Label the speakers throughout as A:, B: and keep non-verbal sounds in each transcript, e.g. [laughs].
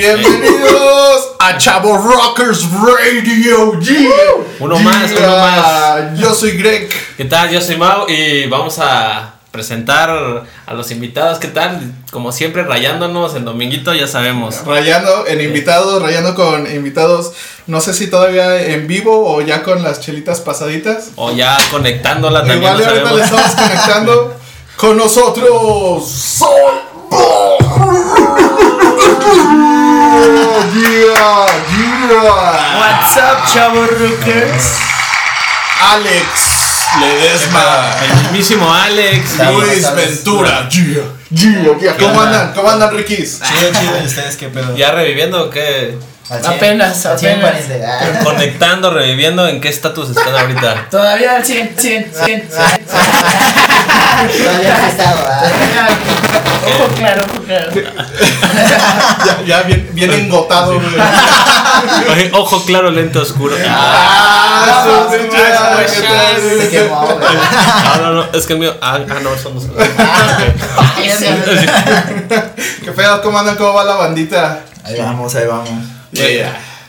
A: Bienvenidos a Chavo Rockers Radio. yeah.
B: Uno más, uno más.
A: Yo soy Greg.
B: ¿Qué tal? Yo soy Mau y vamos a presentar a los invitados. ¿Qué tal? Como siempre, rayándonos el dominguito, ya sabemos.
A: Rayando en invitados, rayando con invitados. No sé si todavía en vivo o ya con las chelitas pasaditas.
B: O ya conectándola también,
A: Igual
B: lo
A: y ahorita
B: sabemos.
A: le estamos conectando con nosotros. Sol Bo- Yeah, yeah.
C: What's up, chavos rockers?
A: Alex Ledesma.
B: El mismísimo Alex.
C: Está
B: y-
C: bien.
A: Luis
C: sabes.
A: Ventura. Yeah, yeah, yeah. ¿Cómo
C: onda?
A: andan? ¿Cómo andan, Rikis?
C: Chido, chido, ¿y ustedes qué pedo?
B: Ya reviviendo, ¿qué?
C: Al cien,
D: Apenas,
C: al cien
D: apenas.
C: parece. Ah.
B: Conectando, reviviendo, ¿en qué estatus están ahorita?
D: Todavía al 100, 100, 100.
C: Todavía no estaba, [laughs] ah.
D: Ojo claro, ojo claro.
A: Ya, ya bien, bien engotado, güey.
B: [laughs] Oye, Ojo claro, lente
A: [laughs]
B: oscuro.
A: Ah,
C: Ah,
A: su
C: sí,
A: pinche madre,
C: sí,
A: ¿qué
C: sí,
A: tal?
C: Se quemó, güey.
B: Ah, no, no, es que el mío. Ah, ah, no, somos.
A: [laughs] ¿Qué pedo? ¿Cómo andan? ¿Cómo va la bandita?
C: Ahí vamos, ahí vamos.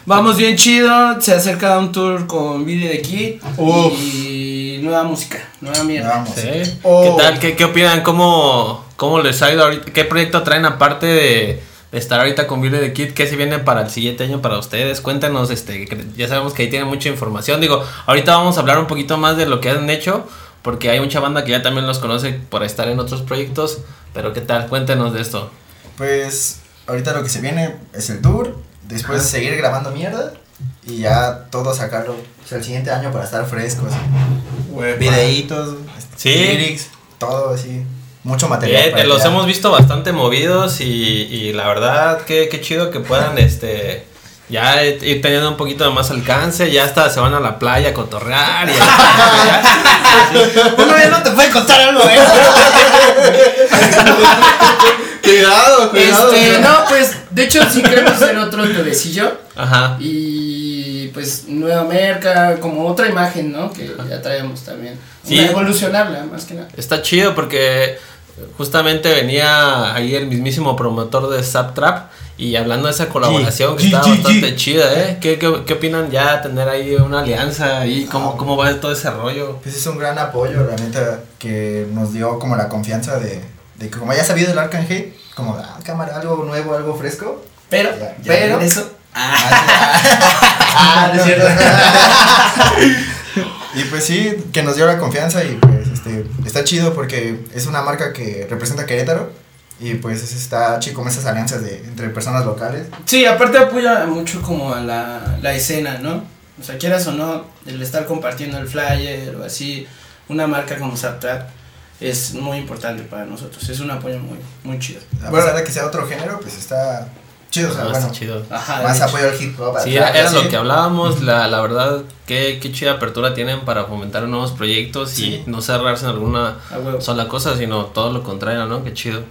D: Vamos bien chido, se acerca un tour con Billy de Kid
A: Uf.
D: y nueva música, nueva
C: Ahí
D: mierda.
C: vamos.
B: Sí.
A: Oh.
B: ¿Qué tal? ¿Qué, qué opinan? ¿Cómo, ¿Cómo les ha ido ahorita? ¿Qué proyecto traen aparte de, de estar ahorita con Billy the Kid? ¿Qué se viene para el siguiente año para ustedes? Cuéntanos, este, que ya sabemos que ahí tienen mucha información. Digo, ahorita vamos a hablar un poquito más de lo que han hecho, porque hay mucha banda que ya también los conoce por estar en otros proyectos. Pero ¿qué tal? Cuéntanos de esto.
C: Pues ahorita lo que se viene es el tour, después seguir grabando mierda y ya todo sacarlo o sea, el siguiente año para estar frescos.
A: Güey,
C: Videitos,
B: Sí.
C: lyrics, todo así. Mucho material.
B: Eh,
C: para
B: te los
C: crear.
B: hemos visto bastante movidos y, y la verdad, qué, qué chido que puedan este ya eh, ir teniendo un poquito de más alcance, ya hasta se van a la playa a cotorrear y
C: Uno ya no te puede contar algo, ¿eh?
A: Cuidado, cuidado.
D: Este, no, pues, de hecho sí queremos hacer otro turecillo
B: Ajá.
D: y pues nueva merca, como otra imagen, ¿no? Que ya traemos también.
B: Sí.
D: Una evolucionarla, más que nada.
B: Está chido porque justamente venía ahí el mismísimo promotor de Trap y hablando de esa colaboración que
A: G,
B: estaba
A: G,
B: bastante
A: G.
B: chida, ¿eh? ¿Qué, qué, qué opinan ya tener ahí una alianza y cómo,
C: Ah.
B: cómo va todo ese rollo?
C: Pues es un gran apoyo, la neta, que nos dio como la confianza de, de que como haya sabido el Arcángel, como, ah, cámara, algo nuevo, algo fresco.
D: Pero,
C: Ya- ya
D: pero.
C: viene
D: Eso.
C: [laughs] Ah, no es cierto. [laughs] y pues sí, que nos dio la confianza y pues este, está chido porque es una marca que representa a Querétaro y pues es- está chido como esas alianzas de, entre personas locales.
D: Sí, aparte apoya mucho como a la, la escena, ¿no? O sea, quieras o no, el estar compartiendo el flyer o así, una marca como Zaptrap es muy importante para nosotros, es un apoyo muy, muy chido.
C: A
A: Bueno.
C: pesar de que sea otro género, pues está chido, o sea,
B: Ah, está
C: bueno,
B: chido.
D: Ajá, de
C: más
D: hecho.
C: apoyo al hip hop. al
B: Sí,
C: trap,
B: era, era
C: así.
B: lo que hablábamos, la, la verdad, qué, qué chida apertura tienen para fomentar nuevos proyectos
C: Sí.
B: y no cerrarse en alguna
D: A huevo.
B: sola cosa, sino todo lo contrario, ¿no? Qué chido.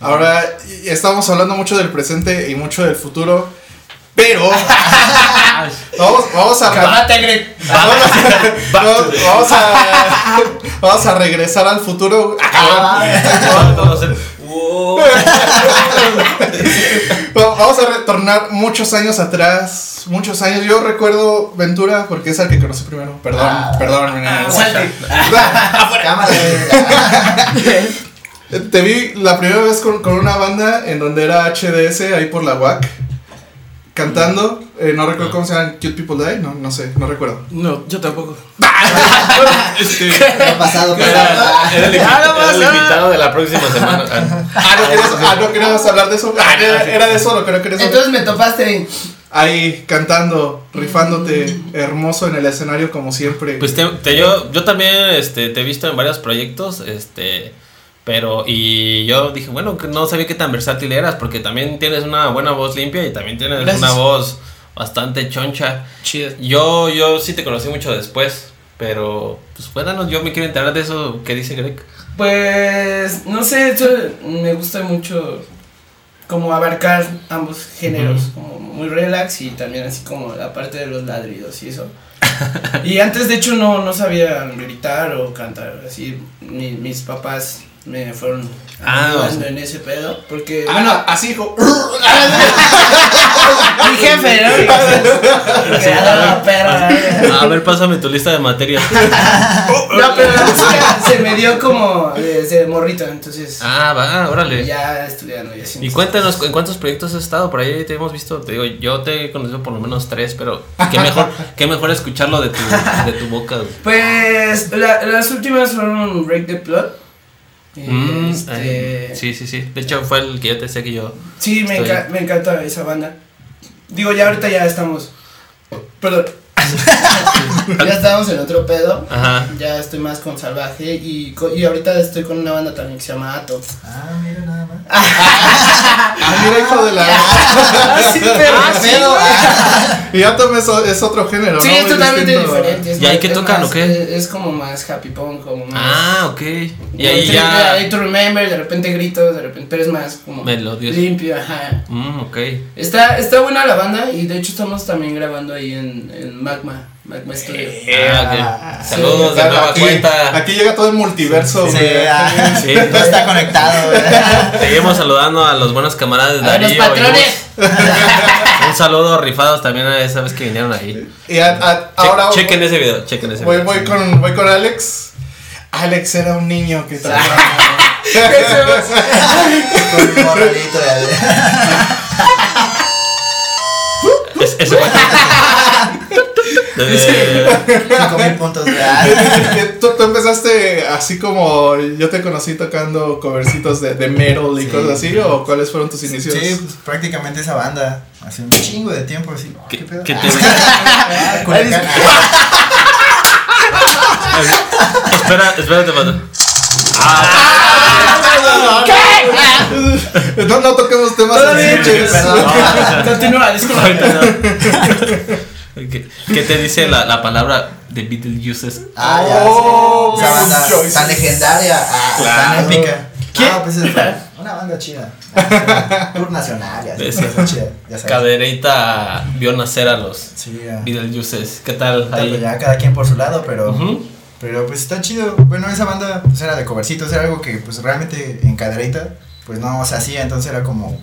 A: Ahora y- estamos hablando mucho del presente y mucho del futuro, pero vamos, vamos a
D: Cámate, Greg.
A: vamos, vamos a vamos a regresar al futuro.
B: Ah. Todos en- Wow.
A: Va- [laughs] Vamos a retornar muchos años atrás, muchos años. Yo recuerdo Ventura porque es al que conocí primero. Perdón,
C: Ah.
A: perdón.
D: Ah,
A: eh,
D: salte.
C: Cámara, güey.
A: Te vi la primera vez con, con una banda en donde era HDS ahí por la WAC cantando. eh, no recuerdo cómo se llaman, Cute People Die, no, no sé, no
D: [laughs]
A: recuerdo. este,
D: No, yo tampoco.
C: Lo pasado,
B: Era, era el,
D: Ah,
B: invitado- era el
D: no pasa.
B: invitado de la próxima semana.
A: Ah, no querías, ah, no queríamos hablar de eso. Ah, era, era de eso lo que no querías hablar.
D: Entonces me topaste.
A: Ahí cantando, rifándote, hermoso en el escenario como siempre.
B: Pues te, te- yo, yo también este, te he visto en varios proyectos, este, pero, y yo dije, bueno, que no sabía qué tan versátil eras, porque también tienes una buena voz limpia y también tienes
D: Gracias.
B: una voz bastante choncha.
D: Chido.
B: Yo, yo sí te conocí mucho después, pero, pues cuéntanos, yo me quiero enterar de eso que dice Greg.
D: Pues, no sé, eso me gusta mucho como abarcar ambos géneros, como muy relax y también así como la parte de los ladridos
B: [laughs]
D: y eso. y antes de hecho no, no sabía gritar o cantar, así mi- mis papás me fueron
B: Ah,
D: ayudando
B: o sea.
D: en ese pedo. Porque,
A: Ah, no, así hijo.
D: mi jefe, ¿no? Mi
A: [laughs]
D: jefe. Que era
B: ah,
D: la perra.
B: A ver, pásame tu lista de materias.
D: No, pero la música se me dio como desde morrito, entonces
B: Ah, va, órale.
D: ya estudiando y así.
B: Y cuéntanos, ¿en cuántos proyectos has estado? Por ahí te hemos visto, te digo, yo te he conocido por lo menos tres, pero qué
D: [laughs]
B: mejor, qué mejor escucharlo de tu, de tu boca. güey.
D: Pues la- las últimas fueron Break the Plot. Eh,
B: Mm,
D: este,
B: eh, sí, sí, sí. De hecho, fue el que yo te decía que yo.
D: Sí, me,
B: Estoy-
D: enca- me encanta esa banda. Digo, ya ahorita ya estamos. Perdón. [laughs] ya estamos en otro pedo.
B: Ajá.
D: Ya estoy más con Salvaje. Y, co- y ahorita estoy con una banda también que se llama Ato.
C: Ah, mira nada más.
A: Ah, mira, hijo de la. [laughs]
D: Ah, sí, pero.
C: Ah, sí,
A: Y
C: güey.
A: ya tomé eso, es otro género,
D: Sí,
A: ¿no?
D: es totalmente
A: distinto.
D: diferente. es
B: ¿Y ahí
D: más-
B: qué
D: es
B: tocan o
D: más-
B: qué?
D: Es, es como más happy punk, como más.
B: Ah, ok. Y
D: Como
B: ahí
D: Three- Ahí
B: ya.
D: to remember, de repente gritos, de repente. Pero es más como.
B: Melodioso.
D: Limpio, ajá.
B: Mm, ok.
A: Eh,
D: Está, está buena la banda y de hecho estamos también grabando ahí en, en Magma, Magma Studio.
B: Ah, ok.
D: sí,
B: Saludos de
A: Claro,
B: nueva
A: aquí,
B: cuenta.
A: aquí llega todo el multiverso.
C: Sí,
A: güey.
C: ah,
B: Sí.
C: todo está conectado, [laughs] güey.
B: Seguimos saludando a los buenos camaradas de
D: A los
B: Darío.
D: patrones.
B: y Un saludo rifados también a esa vez que vinieron ahí.
A: Y a- a-
B: Che-
A: ahora
B: chequen ese video, chequen ese
A: voy,
B: video.
A: voy con, voy con Alex. Alex era un niño que estaba.
D: [laughs]
C: Con un morralito de
B: Es- ese
A: [laughs]
B: fue- [laughs] Eh,
C: 5000 puntos, güey.
A: [laughs] tú, tú empezaste así como yo te conocí tocando covercitos de, de Meryl y
C: Sí.
A: cosas así, o cuáles fueron tus inicios?
C: Sí, pues prácticamente esa banda. Hace un chingo de tiempo, así.
B: ¿Qué-
C: ¿Qué pedo?
B: qué
C: [laughs]
B: te-
C: Ah, Culiacán.
B: espera, espérate, pato.
A: No, no toquemos temas
D: Todo bien,
A: sensibles.
C: perdón.
D: Continúa, disculpa.
B: Ah, Ahorita no. ¿Qué, qué te dice la, la palabra de Beetlejuices?
C: Ah, ya.
A: Oh,
C: Esa banda
A: choices.
C: tan legendaria, ah,
B: Claro.
C: tan épica.
D: ¿Qué?
C: Ah, pues es una banda chida. Ah, Tour nacional, ya,
B: Ese.
C: cosas chidas, ya sabes.
B: Cadereita vio nacer a los
C: Sí, ya.
B: Beetlejuices. ¿Qué tal?
C: Tanto
B: Ahí?
C: ya cada quien por su lado, pero
B: Ujú.
C: pero pues está chido. Bueno, esa banda pues, era de covercitos, era algo que pues realmente en Cadereita pues no se hacía, entonces era como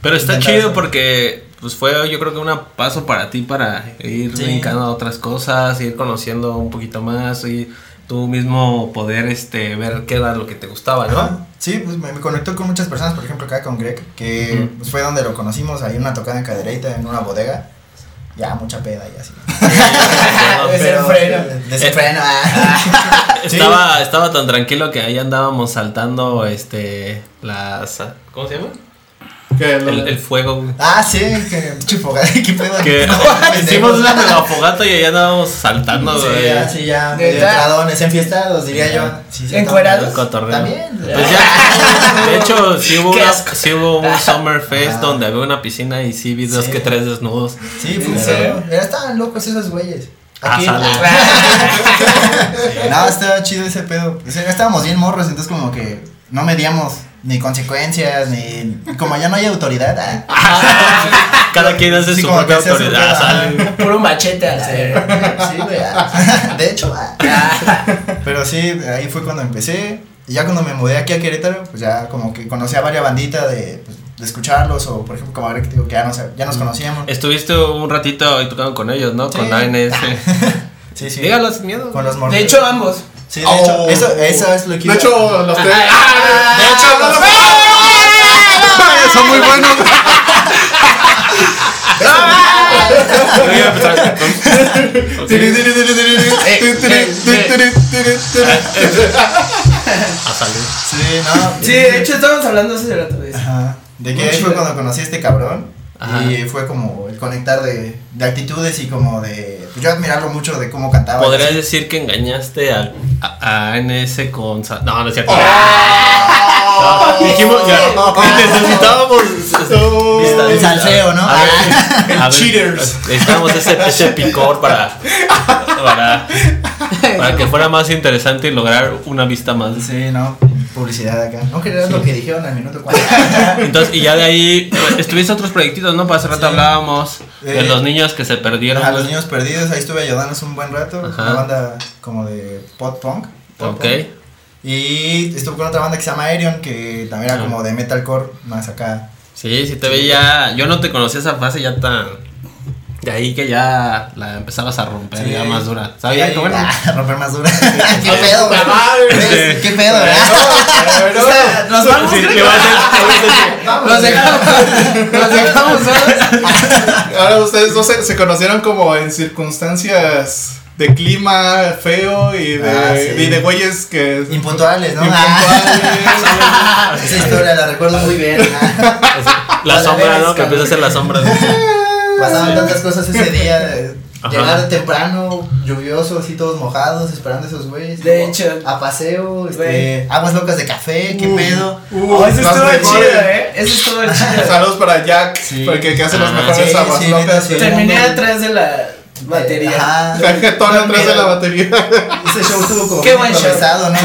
B: Pero está
C: Intentar
B: chido
C: hacer.
B: porque pues fue yo creo que un paso para ti para ir
C: Sí.
B: brincando a otras cosas, ir conociendo un poquito más y tú mismo poder este ver qué era lo que te gustaba, ¿Ah, ¿no?
C: [laughs] Ajá. Sí, pues me, me conectó con muchas personas, por ejemplo, acá con Greg, que
B: Ujú.
C: pues, fue donde lo conocimos, ahí en una tocada en cadereita, en una bodega. Ya, mucha peda y así.
B: [laughs]
D: Desenfreno.
C: Pero-
B: [laughs]
C: Desenfreno, ah. Sí.
B: Estaba estaba tan tranquilo que ahí andábamos saltando este las ¿cómo se llama?
A: Que lo-
B: El, el fuego.
C: [laughs]
B: güey.
C: Ah, sí, que chupo, ¿qué pedo?
B: Que
C: [laughs] No,
B: [laughs] hicimos
C: pendejos.
B: una mega fogata y ahí andábamos saltando,
C: Sí,
B: güey.
C: ya, sí, ya.
D: ¿Neta?
C: Entradones, enfiestados, diría yo. Sí, sí,
D: ¿Encuerados?
B: El cotorreo.
C: También.
B: Pues ya, de hecho, sí
C: [laughs]
B: hubo,
D: Qué
B: una-
D: asco.
B: sí hubo un Summer Fest
C: Ah.
B: donde había una piscina y sí vi dos
C: Sí.
B: que tres desnudos.
C: Sí,
D: ¿En
C: pues,
D: serio?
C: era- estaban locos esos güeyes.
B: Ah,
C: Aquí,
B: sale.
C: No, estaba chido ese pedo. O sea, estábamos bien morros, entonces como que no medíamos ni consecuencias, ni... Como ya no hay autoridad, ah,
B: Cada quien hace
C: Sí,
B: su
C: como
B: propia
C: que hace su
B: autoridad.
C: propia-
B: sale.
D: Puro machete a la verga.
C: sí, güey, ah. [laughs] De hecho, ah. Pero sí, ahí fue cuando empecé. Y ya cuando me mudé aquí a Querétaro, pues ya como que conocí a varias banditas de, pues, de escucharlos o, por ejemplo, como ahora que te digo que ya nos, ya nos conocíamos.
B: Estuviste un ratito ahí tocando con ellos, ¿no?
C: Sí.
B: Con Nine S.
C: [laughs] Sí, sí.
B: Dígalo sin miedo.
C: Con los morros.
D: De hecho, ambos.
C: sí, de hecho,
A: Oh.
C: eso, eso es lo que
A: De
C: iba-
A: hecho, los tres.
D: Ah,
A: de hecho, no, no, no. Son muy buenos. Tiri, tiri, tiri, tiri, tiri, tiri,
C: Eh,
A: tiri, tiri, tiri.
B: A salir.
C: Sí, no.
D: Sí, de hecho, estábamos hablando hace rato de eso.
C: Ajá. De que
D: Muy
C: ahí
D: chido.
C: fue cuando conocí a este cabrón.
B: Ajá.
C: Y fue como el conectar de, de actitudes y como de. Pues yo admirarlo mucho de cómo cantaba.
B: Podrías decir que engañaste a, a, a NS con. Sa- No, no es cierto.
C: Ah.
B: No, dijimos, ya, necesitábamos.
A: No.
B: Vista,
C: El salseo, ¿no? Ah.
B: A ver,
A: El
B: a ver,
A: cheaters.
B: Necesitamos ese, ese picor para, para, para que fuera más interesante y lograr una vista más.
C: Sí, no. Publicidad acá. No creas lo que dijeron al minuto cuatro.
B: [laughs] Entonces, y ya de ahí, pues, estuviste otros proyectitos, ¿no? Para hace rato
C: Sí.
B: hablábamos de
C: Eh,
B: los niños que se perdieron. pues.
C: a los niños perdidos, ahí estuve ayudándonos un buen rato.
B: Ajá.
C: Una banda como de pop punk. pop
B: Ok.
C: punk. Y estuve con otra banda que se llama Aerion, que también era
B: Ah.
C: como de metalcore, más acá.
B: Sí, sí te veía. Yo no te conocía esa fase ya tan. De ahí que ya la empezabas a romper
C: Sí.
B: ya más dura. ¿Sabías
C: Sí,
B: cómo era?
C: ah, [laughs] romper más dura. ¿Qué pedo, güey?
B: Sí.
C: ¿Ves? ¿Qué pedo, eh? verdad?
A: Pero,
D: O sea, nos vamos,
B: "Ah, Sí,
D: creo.
B: que va a ser-
D: Nos dejamos, nos dejamos solos. [laughs]
A: ahora ustedes dos se, se conocieron como en circunstancias de clima feo y de,
C: Ah, sí.
A: y de güeyes que...
C: Impuntuales, ¿no? [laughs]
A: impuntuales.
C: Ah, esa historia la recuerdo muy bien. ah.
B: [laughs] La
C: Vale,
B: sombra, ¿no?
C: verga,
B: Que empieza a hacer la sombra. [laughs]
C: Pasaban tantas cosas ese día. eh,
B: Ajá.
C: Llegar temprano, lluvioso, así todos mojados, esperando a esos güeyes.
D: De
C: como
D: hecho.
C: A paseo, este,
D: Güey.
C: aguas locas de café, eh, qué
A: Uh,
C: pedo.
A: uh,
D: Oh, eso
A: las
D: estuvo
A: mejores.
D: chido, eh. Eso estuvo chido.
A: Saludos para Jack,
C: Sí.
A: porque que hace las
B: Ah,
A: mejores
C: sí,
A: aguas
C: sí, neta,
A: locas.
C: sí.
D: Terminé atrás de la batería.
C: Ajá.
A: Cajetón atrás de la
C: Pero-
A: batería.
C: Eh, Ese show estuvo como
D: Qué
C: bien
D: buen show.
C: improvisado, ¿no?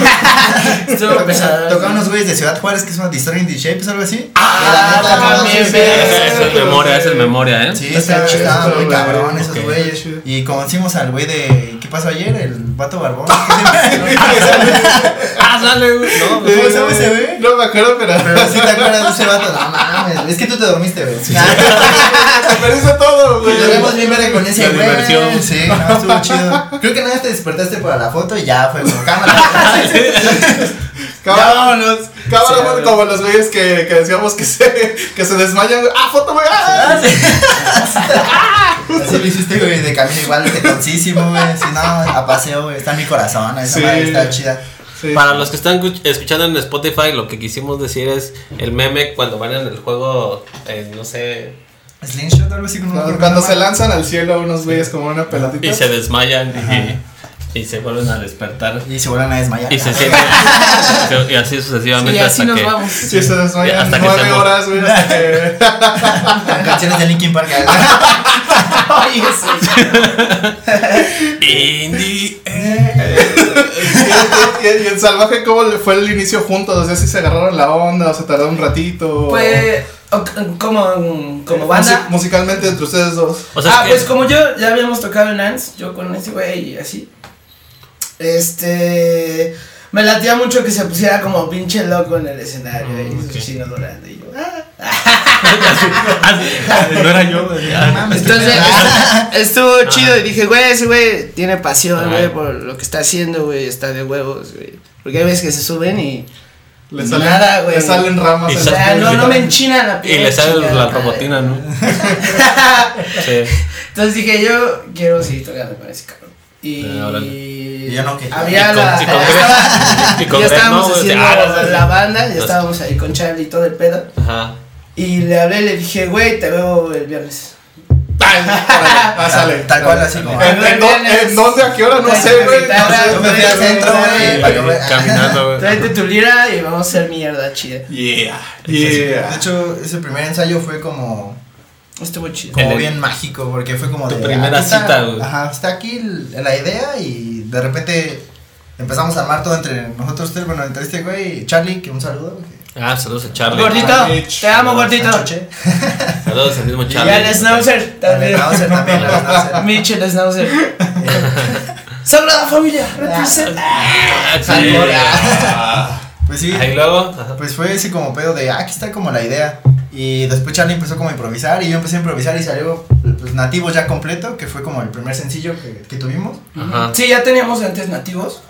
D: [laughs] Estuvo pesado.
C: Tocaban unos güeyes de Ciudad Juárez que es una Destroying the Shapes o pues, algo así.
D: Ah,
C: Y la neta,
D: no
C: no, sí,
D: mames.
C: sí,
B: Es el memoria, es el memoria, ¿eh?
C: Sí,
A: Está
C: estaba-
A: chido,
C: estaban muy
A: güey.
C: cabrón esos
B: Ok.
C: güeyes.
A: Chido.
C: Y conocimos al güey de. ¿Qué pasó ayer? El
B: [laughs]
C: vato barbón.
A: [laughs]
C: [laughs]
B: Ah, sale, güey. No, pues,
C: ¿Cómo se llama ese güey?
A: No me acuerdo, pero.
C: Pero sí te acuerdas de ese vato. No mames. Es que tú te dormiste, güey.
A: Se parece todo, güey.
C: Nos vemos bien verga con ese
B: La
C: güey.
B: diversión.
C: Sí, no, estuvo chido. Creo que nada te despertaste para la foto y ya fue como cámara.
A: Cámara-
D: Vámonos.
A: cámara,
D: Sí, a ver.
A: como los güeyes que, que decíamos que se, que se desmayan. ¡Ah, foto, güey! ¡Ah!
C: Así lo hiciste, güey, de camino igual, jetoncísimo, güey. Sí, no, a paseo, güey. Está en mi corazón, esa
A: Sí.
C: madre está chida.
A: Sí.
B: Para los que están escuch- escuchando en Spotify, lo que quisimos decir es el meme cuando van en el juego, eh, no sé,
C: Slingshot, algo así como
A: No, Cuando se lanzan al cielo unos güeyes como una pelotita.
B: y se desmayan y, y se vuelven a despertar
C: Y se vuelven a desmayar.
B: y se sienten
D: [laughs]
B: y así sucesivamente
D: Y así
B: hasta
D: nos
B: que
D: vamos.
A: Sí, se desmayan
B: Hasta que
A: nueve
B: se mu-
A: horas, güey. hasta que- [laughs]
C: Con canciones de Linkin Park.
D: Ay, eso.
B: In the end.
A: y, y- y el salvaje, ¿cómo le fue el inicio juntos? O sea, si se agarraron la onda o se tardó un ratito. o-
D: Fue o- como, como
A: Musi-
D: Pues, banda.
A: Musicalmente entre ustedes dos.
B: O sea,
D: ah,
B: es
D: pues
B: que- [laughs]
D: como yo ya habíamos tocado en Ants, yo con ese güey y así. Este. Me latía mucho que se pusiera como pinche loco en el escenario
B: Mm,
D: y
B: ok.
D: sus chinos volando. Y yo, ah. [laughs]
B: no era yo.
D: Entonces [laughs] estuvo
B: Ah.
D: chido y dije, güey, ese güey tiene pasión,
B: Ah.
D: güey, por lo que está haciendo, güey, está de huevos, güey. Porque hay veces que se suben y.
A: Le
D: Y
A: salen,
D: nada, güey.
A: le salen ramas.
B: Y
A: en
D: O
B: sal-
A: los
D: sea,
A: pies.
D: no, no me
A: [laughs]
D: enchina la piel.
B: y le sale
D: chingada
B: la
D: madre. [laughs]
B: robotina, ¿no? Sí.
D: Entonces dije, yo quiero seguir tocando con ese cabrón. Y.
B: Ah, órale.
C: Y yo no, que-
D: Había
B: y con-
D: la.
B: y con-
D: [laughs] estaba-
B: y con-
D: ya estábamos
B: no, o sea,
D: haciendo
B: ah,
D: la banda, ya
B: no.
D: estábamos ahí con Charlie y todo el pedo.
B: Ajá.
D: Y le hablé y le dije, güey, te veo el viernes.
A: Ah,
B: [laughs]
A: sale.
C: Tal cual, así como.
A: ¿En, en dó- en dónde? ¿A qué hora? No sé, güey. No sé.
C: yo me fui al centro,
B: Sí,
C: güey. para que vea.
D: [laughs]
B: caminando, güey.
D: Tráete tu lira y vamos a hacer mierda chida.
A: Yeah.
C: De
A: Yeah.
C: hecho, ese primer ensayo fue como,
D: Estuvo chido.
B: En
C: como
B: el-
C: bien mágico, porque fue como
B: Tu
C: de.
B: primera
C: aquí está-
B: cita, güey.
C: Ajá, está aquí el- la idea y de repente empezamos a armar todo entre nosotros tres. Bueno, entre este güey y Charlie, que un saludo. que-
B: Ah, saludos a Charlie.
D: Gordito,
A: Mitch,
D: te amo, gordito.
C: Sanchoche.
B: Saludos al mismo
D: Y
B: Charlie.
D: al Snauzer
C: También,
D: también.
C: también, la
D: [laughs]
C: Schnauzer.
D: Mitchell Snauzer.
A: [laughs]
D: Sagrada familia, representa.
B: Ah, sí.
A: Ah.
C: Pues sí,
B: Ahí luego.
D: Ah,
B: ajá.
C: pues fue ese como pedo de, ah, aquí está como la idea. Y después Charlie empezó como a improvisar y yo empecé a improvisar y salió pues, Nativo ya completo, que fue como el primer sencillo que, que tuvimos.
B: Ajá.
D: Sí, ya teníamos antes nativos.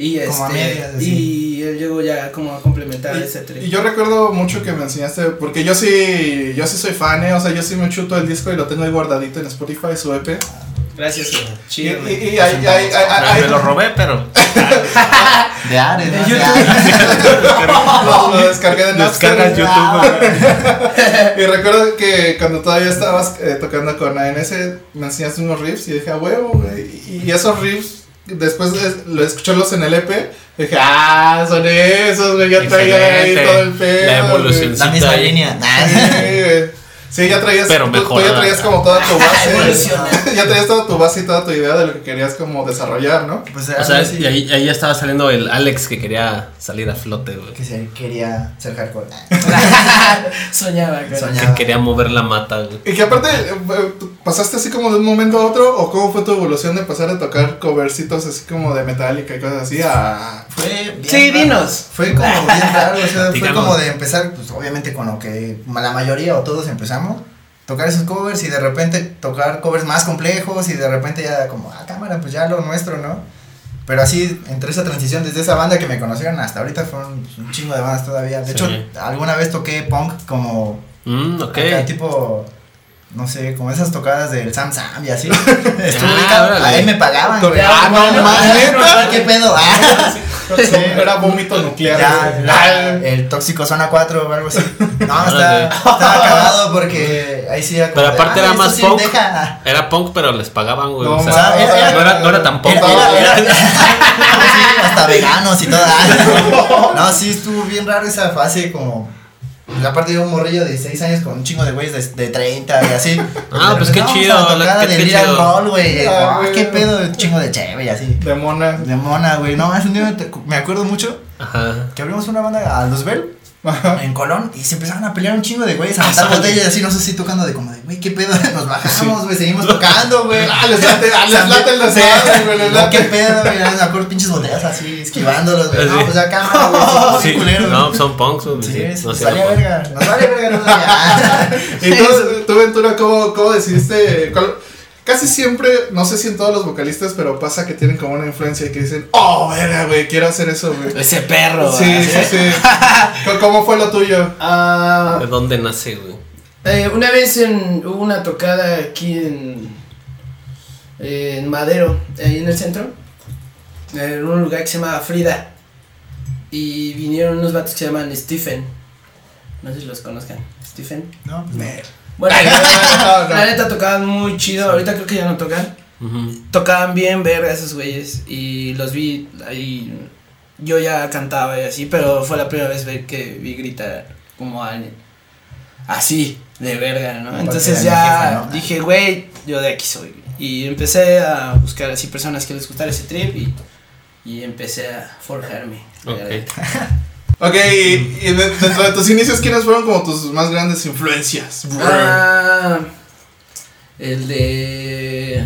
D: Y
C: Como a
D: este.
C: medias,
D: Y él llegó ya como a complementar
A: Y,
D: ese
A: y
D: tren.
A: yo recuerdo mucho que me enseñaste, porque yo sí, yo sí soy fan, ¿eh? o sea, yo sí me chuto el disco y lo tengo ahí guardadito en Spotify, su EP.
D: Gracias.
A: Y, y,
D: Chido. güey.
A: y ahí, ahí, ahí- ahí-
B: Me lo robé, pero.
C: De Ares, ¿no?
D: De
C: De
D: YouTube.
C: Ares.
A: lo, lo descargué de Napster. Ah.
B: Descargas [laughs]
C: ah,
B: YouTube.
A: Y recuerdo que cuando todavía estabas eh, tocando con ANS, me enseñaste unos riffs y dije, a huevo, güey. Y, y esos riffs, después de lo escucharlos en el EP, dije, ah, son esos, güey, ya traía ahí
B: Excelente.
A: todo el pedo.
B: La
A: güey".
B: evolución.
C: La misma
B: ahí.
C: línea. Nah,
A: Sí,
B: [laughs]
A: güey. Sí, ya traías,
B: Pero
A: tú- tú ya
B: mejorada.
A: traías como toda tu
D: [laughs]
A: base,
D: Evoluciona.
A: [laughs] ya traías toda tu base y toda tu idea de lo que querías como desarrollar, ¿no?
C: Pues
B: O
C: algo
D: Ah,
B: sea,
C: así.
B: y ahí, ahí ya estaba saliendo el Alex que quería salir a flote, güey.
C: que se quería ser hardcore.
D: Soñaba,
C: Soñaba.
B: Que
D: cara.
B: quería mover la mata, güey.
A: Y que aparte, eh, eh, ¿Pasaste así como de un momento a otro? ¿O cómo fue tu evolución de pasar a tocar covercitos así como de Metallica y cosas así
B: ah,
A: a...
C: Fue bien
D: Sí,
C: raro.
D: dinos.
C: Fue como bien raro, o sea, fue
B: Platícanos.
C: como de empezar, pues obviamente con lo que la mayoría o todos empezamos, tocar esos covers y de repente tocar covers más complejos y de repente ya como, ah, cámara, pues ya lo nuestro, ¿no? Pero así, entre esa transición, desde esa banda que me conocieron hasta ahorita fueron pues, un chingo de bandas todavía. De
B: Sí.
C: hecho, alguna vez toqué punk como
B: Mm, ok.
C: acá, tipo, no sé, como esas tocadas del Sam Sam
B: [laughs]
C: y así. Estuve
B: Ah,
C: cabrón,
B: órale.
C: ahí me pagaban. güey.
A: Ah, no
C: [laughs]
A: mames, neta.
C: ¿Qué pedo? Ah. Sí.
A: Era vómito nuclear.
C: Ya,
A: Ah,
C: la- el tóxico zona 4 o algo así. No,
B: Órale.
C: está, está acabado porque ahí sí era como.
B: Pero
C: de,
B: aparte
C: "Ah,
B: era
C: esto
B: más
C: sí
B: punk".
C: deja".
B: Era punk, pero les pagaban, güey.
A: No,
B: o sea,
C: O sea, era, era-
B: no, era, no era tan punk.
C: era- era- era- sí,
B: [laughs]
C: hasta veganos y todo. ah. No, sí, estuvo bien raro esa fase como. pues, aparte de un morrillo de 16 años con un chingo de güeyes de, de 30 y así.
B: Ah, pues, qué
C: No,
B: chido,
C: vamos a
B: la-
C: tocar
B: qué-
C: de
B: qué
C: ir al
B: chido.
C: mall, güey.
A: Ah,
C: Ah,
A: güey.
C: qué pedo, un chingo de chévere y así.
A: De mona.
C: De mona, güey. No, es un día me te- me acuerdo mucho
B: Ajá.
C: que abrimos una banda a Luzbel
A: Ajá.
C: en Colón y se empezaron a pelear un chingo de güeyes, a matar botellas y así, no sé si tocando de como de, güey, qué pedo, nos bajamos, güey, seguimos tocando, güey.
A: Ah, les late- ah, les
C: También-
A: late el desmadre, güey, les
C: No,
A: late.
C: qué pedo, güey, me acuerdo pinches botellas así, esquivándolos, güey.
B: Sí.
C: No, pues ya cámara, güey, sí,
B: Sí,
C: culero.
B: no, son punks, güey.
C: Sí,
B: sí,
C: es-
B: no
C: nos
B: sí,
C: vale
B: era punk.
C: verga, Ah. nos vale verga, nos vale
A: [laughs] ¿Y tú, tú, Ventura, cómo, cómo decidiste? cuál- Casi siempre, no sé si en todos los vocalistas, pero pasa que tienen como una influencia y que dicen, oh, verga, güey, quiero hacer eso, güey.
D: Ese perro.
A: Sí, sí, sí.
C: [laughs]
A: ¿Cómo- ¿Cómo fue lo tuyo?
D: Ah,
B: ¿De dónde nace, güey?
D: eh, una vez en, hubo una tocada aquí en, en Madero, ahí en el centro, en un lugar que se llamaba Frida. Y vinieron unos vatos que se llaman Stephen. No sé si los conozcan. Stephen.
C: No,
D: Bueno,
A: no, no, no.
D: la neta tocaban muy chido. Ahorita creo que ya no tocan.
B: Ujú.
D: tocaban bien verga esos güeyes y los vi ahí yo ya cantaba y así pero fue la primera vez ve- que vi gritar como a alguien así de verga no
C: Aparte
D: entonces
C: era mi jefa,
D: ya
C: ¿no?
D: dije güey yo de aquí soy y empecé a buscar así personas que les gustara ese trip y, y empecé a forjarme la
B: Ok.
D: neta.
A: Ok, y, y de- dentro de tus inicios, ¿quiénes fueron como tus más grandes influencias? bro?
D: Ah, el de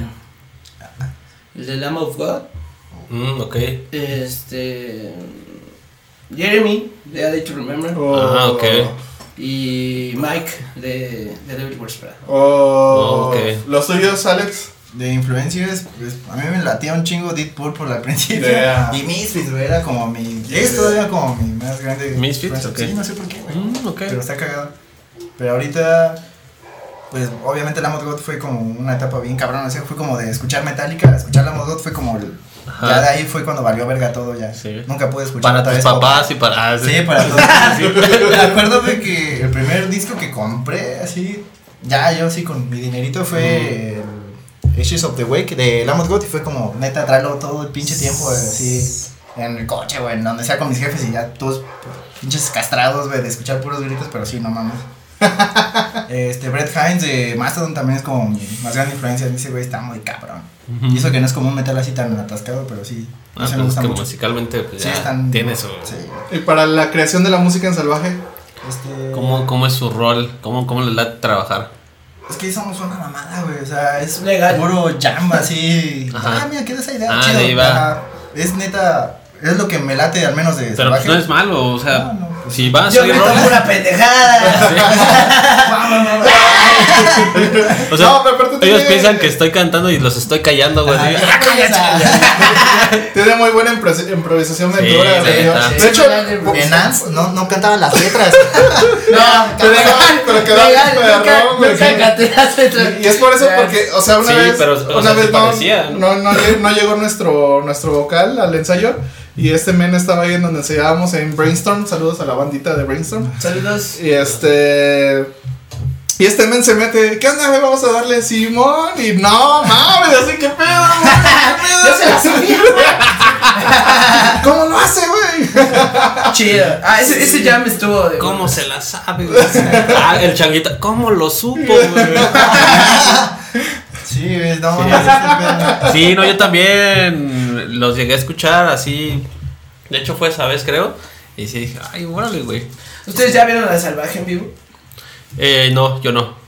D: el de Lamb of God
B: Mm, ok.
D: Este. Jeremy, de A Day to Remember.
A: O-
B: Ah, ok.
D: Y Mike, de, de Devil Wears Prada.
A: o-
B: Ok.
A: Oh, ¿Los tuyos, Alex?
C: De influencias, pues a mí me latía un chingo Deep Purple al principio.
A: Yeah.
C: Y Misfits, güey, era como mi. Es todavía como mi más grande.
B: Misfits,
C: influencia.
B: ok.
C: Sí, no sé por qué, güey.
B: Mm, ok.
C: Pero está cagado. Pero ahorita, pues obviamente la God fue como una etapa bien cabrona. O sea, fue como de escuchar Metallica, escuchar la God fue como. el-
B: Ajá.
C: ya de ahí fue cuando valió verga todo ya.
B: Sí.
C: Nunca pude escuchar
B: Para
C: otra
B: tus
C: vez
B: papás y para. ah,
C: Sí, para todos. [laughs] Me acuerdo de que el primer disco que compré, así, ya yo así con mi dinerito fue el Ashes of the Wake de Lamb of God y fue como, neta, tráelo todo el pinche tiempo, güey, así, en el coche, güey, en donde sea con mis jefes y ya todos pinches castrados, güey, de escuchar puros gritos, pero sí, no mames. [laughs] Este, Brett Hines de Mastodon también es como mi más gran influencia, ese güey está muy cabrón.
B: Ujú.
C: Y eso que no es como un metal así tan atascado, pero sí,
B: Ah,
C: eso
B: pues
C: me
B: es
C: gusta
B: que
C: mucho.
B: musicalmente pues,
C: Sí,
B: ya
C: están-
B: tiene su.
C: Sí,
A: ¿Y para la creación de la música en salvaje?
C: este...
B: ¿Cómo, ¿Cómo es su rol? ¿Cómo, cómo le late trabajar?
C: Es que somos una mamada, güey. O sea, es
D: Legal.
C: puro jam así.
B: Ajá.
C: Ah, mira, queda esa idea.
B: Ah,
C: chido.
B: de ahí va.
C: Ajá. Es neta, es lo que me late al menos de
B: Pero pues
C: Salvaje.
B: no es malo, o sea,
C: No, no, pues-
B: si vas a
D: Yo
B: hacer
D: me
B: rol.
D: tomo
C: [laughs]
D: una
C: Ah,
D: pendejada.
B: O
C: [laughs]
B: sea,
A: No, pero aparte tiene-
B: ellos piensan que estoy cantando y los estoy callando, güey.
C: Ajá,
B: así,
C: ya, güey, o sea,
A: Tiene muy buena impro- improvisación Ventura,
B: la
A: güey.
B: neta.
A: De
C: Sí,
A: hecho,
C: En Nance no, no cantaba las letras.
D: No,
A: pero- pero quedaba
D: legal,
A: perrón,
D: nunca-
A: güey.
D: nunca canté las letras.
A: Y es por eso
D: Ya,
A: porque, o sea, una
B: Sí,
A: vez,
B: pero, o
A: una
B: sea, sí
A: vez no,
B: parecía, ¿no?
A: no, no lle- no llegó nuestro, nuestro vocal al ensayo y este men estaba ahí en donde ensayábamos en Brainstorm, saludos a la bandita de Brainstorm.
D: Saludos.
A: Y este. Y este men se mete, ¿qué onda, güey? Vamos a darle Simón. Y no, mames, así que pedo, güey.
D: Yo se la sabía.
A: ¿Cómo lo hace, güey?
D: Chido. Ah, ese, ese jam estuvo de.
B: ¿Cómo se la sabe, güey? [laughs] Ah, el changuita, ¿cómo lo supo, güey?
C: Sí, güey, no.
B: Sí.
C: no, ese pedo.
B: Sí, no, yo también los llegué a escuchar así. De hecho, fue esa vez, creo. Y sí dije, ay, órale, güey.
D: ¿Ustedes ya vieron a Salvaje en vivo?
B: Eh, no, yo no.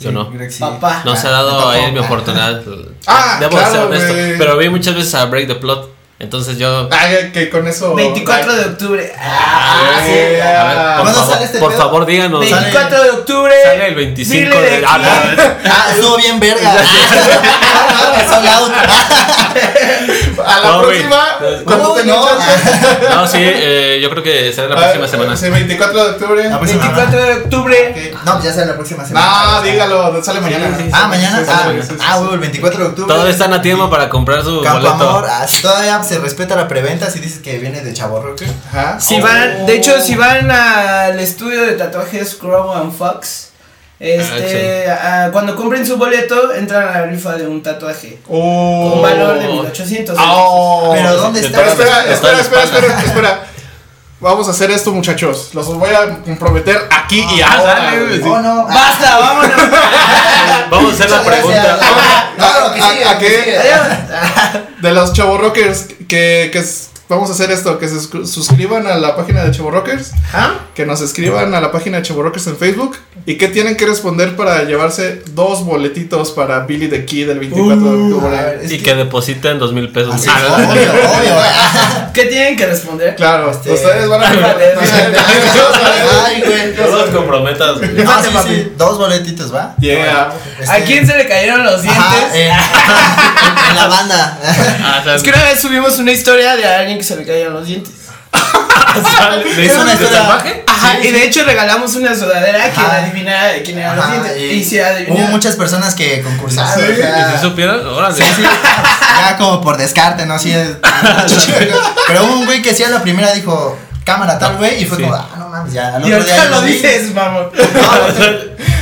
B: ¿Sí o no?
C: Greg, sí.
D: Papá.
B: No se ha
C: Ah,
B: dado
C: papá.
B: ahí mi oportunidad.
A: Ah,
B: Debo
A: claro,
B: ser honesto.
A: güey.
B: Pero vi muchas veces a Break the Plot. Entonces yo.
A: Ah, que- que con eso.
D: 24 de octubre.
A: Ah,
D: Ah,
A: sí.
D: sí.
B: A ver, por
C: ¿Cuándo
B: favor,
C: sale este
B: por
C: pedo?
B: favor, díganos.
C: Sale-
D: 24 de octubre.
B: Sale el 25
D: Dile
B: de. Ah,
D: aquí.
B: no, es-
C: Ah, estuvo bien verga. Son loud.
A: A la
B: No, güey.
A: próxima. ¿Cuándo
C: Uy,
A: tenía
C: no.
A: chance?
B: no, sí, eh, yo creo que será la próxima
A: Ah,
B: semana.
A: sí, 24 de octubre.
C: La próxima.
D: 24 de octubre.
A: Ok.
C: No, pues ya sea la próxima semana.
A: No, Ah, dígalo, sale mañana.
B: sí, sí,
C: Ah, mañana.
A: Sí, sí,
C: Ah,
A: sí, sí, sí,
C: ah,
A: sí.
C: huevo, el 24 de octubre.
B: Todavía están a tiempo para comprar su
C: Campo Amor,
B: boleto.
C: ah, si todavía se respeta la preventa si dices que viene de Chaborroque.
A: Ajá.
D: Si
A: Oh.
D: van, de hecho, si van al estudio de tatuajes Crow and Fox, este, ah, cuando compren su boleto, entran a la rifa de un tatuaje.
A: Oh.
D: Con valor de 1800.
C: Ah,
A: Oh.
C: Pero ¿dónde
B: sí,
C: está?
A: Pero espera,
B: Está en
A: espera,
B: la
A: espera,
B: espalda.
A: espera, espera. Vamos a hacer esto, muchachos. Los voy a comprometer aquí y
B: Ah,
A: ahora.
B: dale, güey.
A: güey.
C: Oh, no. Ah, [laughs]
D: ¡Basta! ¡Vámonos!
B: Vamos a hacer la
C: muchas gracias.
B: pregunta.
A: Ah,
C: No, lo que
A: ¿a-
C: sigue,
A: a
C: lo que
A: qué?
C: sigue. Ah,
A: De los Chavo Rockers, que, que s- vamos a hacer esto: que se suscri- suscriban a la página de Chavo Rockers,
D: ¿Ah?
A: que nos escriban a la página de Chavo Rockers en Facebook y que tienen que responder para llevarse dos boletitos para Billy the Kid el
C: [laughs]
A: 24 de
C: A ver,
A: octubre.
C: es
B: Y que depositen dos mil pesos.
C: Así,
B: [laughs] Ah, no.
C: obvio, obvio.
D: [laughs]
C: ah.
D: ¿Qué tienen que responder?
A: Claro,
C: Este-
A: ustedes van a.
C: [laughs]
D: Vale,
C: Ay, güey.
B: No los comprometas.
C: [laughs]
B: güey.
C: Ah,
D: Fíjate,
C: sí,
D: papi.
C: sí, Dos boletitos, ¿va?
A: [laughs] Yeah.
C: Este,
D: ¿A quién se le cayeron los dientes?
C: ajá, eh, en, [laughs] en- en la banda.
B: Ah, o sea, [laughs]
D: Es que una vez subimos una historia de alguien que se le cayeron los dientes.
B: sale- ¿le hizo
C: una
B: un
C: historia-
B: salvaje?
D: Ajá,
C: Sí,
D: y de hecho regalamos una sudadera que
C: Ajá.
D: adivinara de quién eran los
C: Ajá,
D: dientes.
C: y
D: Y si
C: hubo
D: adivinara.
C: muchas personas que concursaron.
A: Sí.
C: o sea,
B: ¿Y si supieron? Órale.
C: Ya como por descarte, ¿no? Sí, es- pero hubo un güey que sí a la primera dijo, cámara tal güey, y fue
B: Sí.
C: como, ah, no mames, ya. Al
D: Y
C: otro día
D: ahorita
C: yo
D: lo
C: vi.
D: dices, mamón.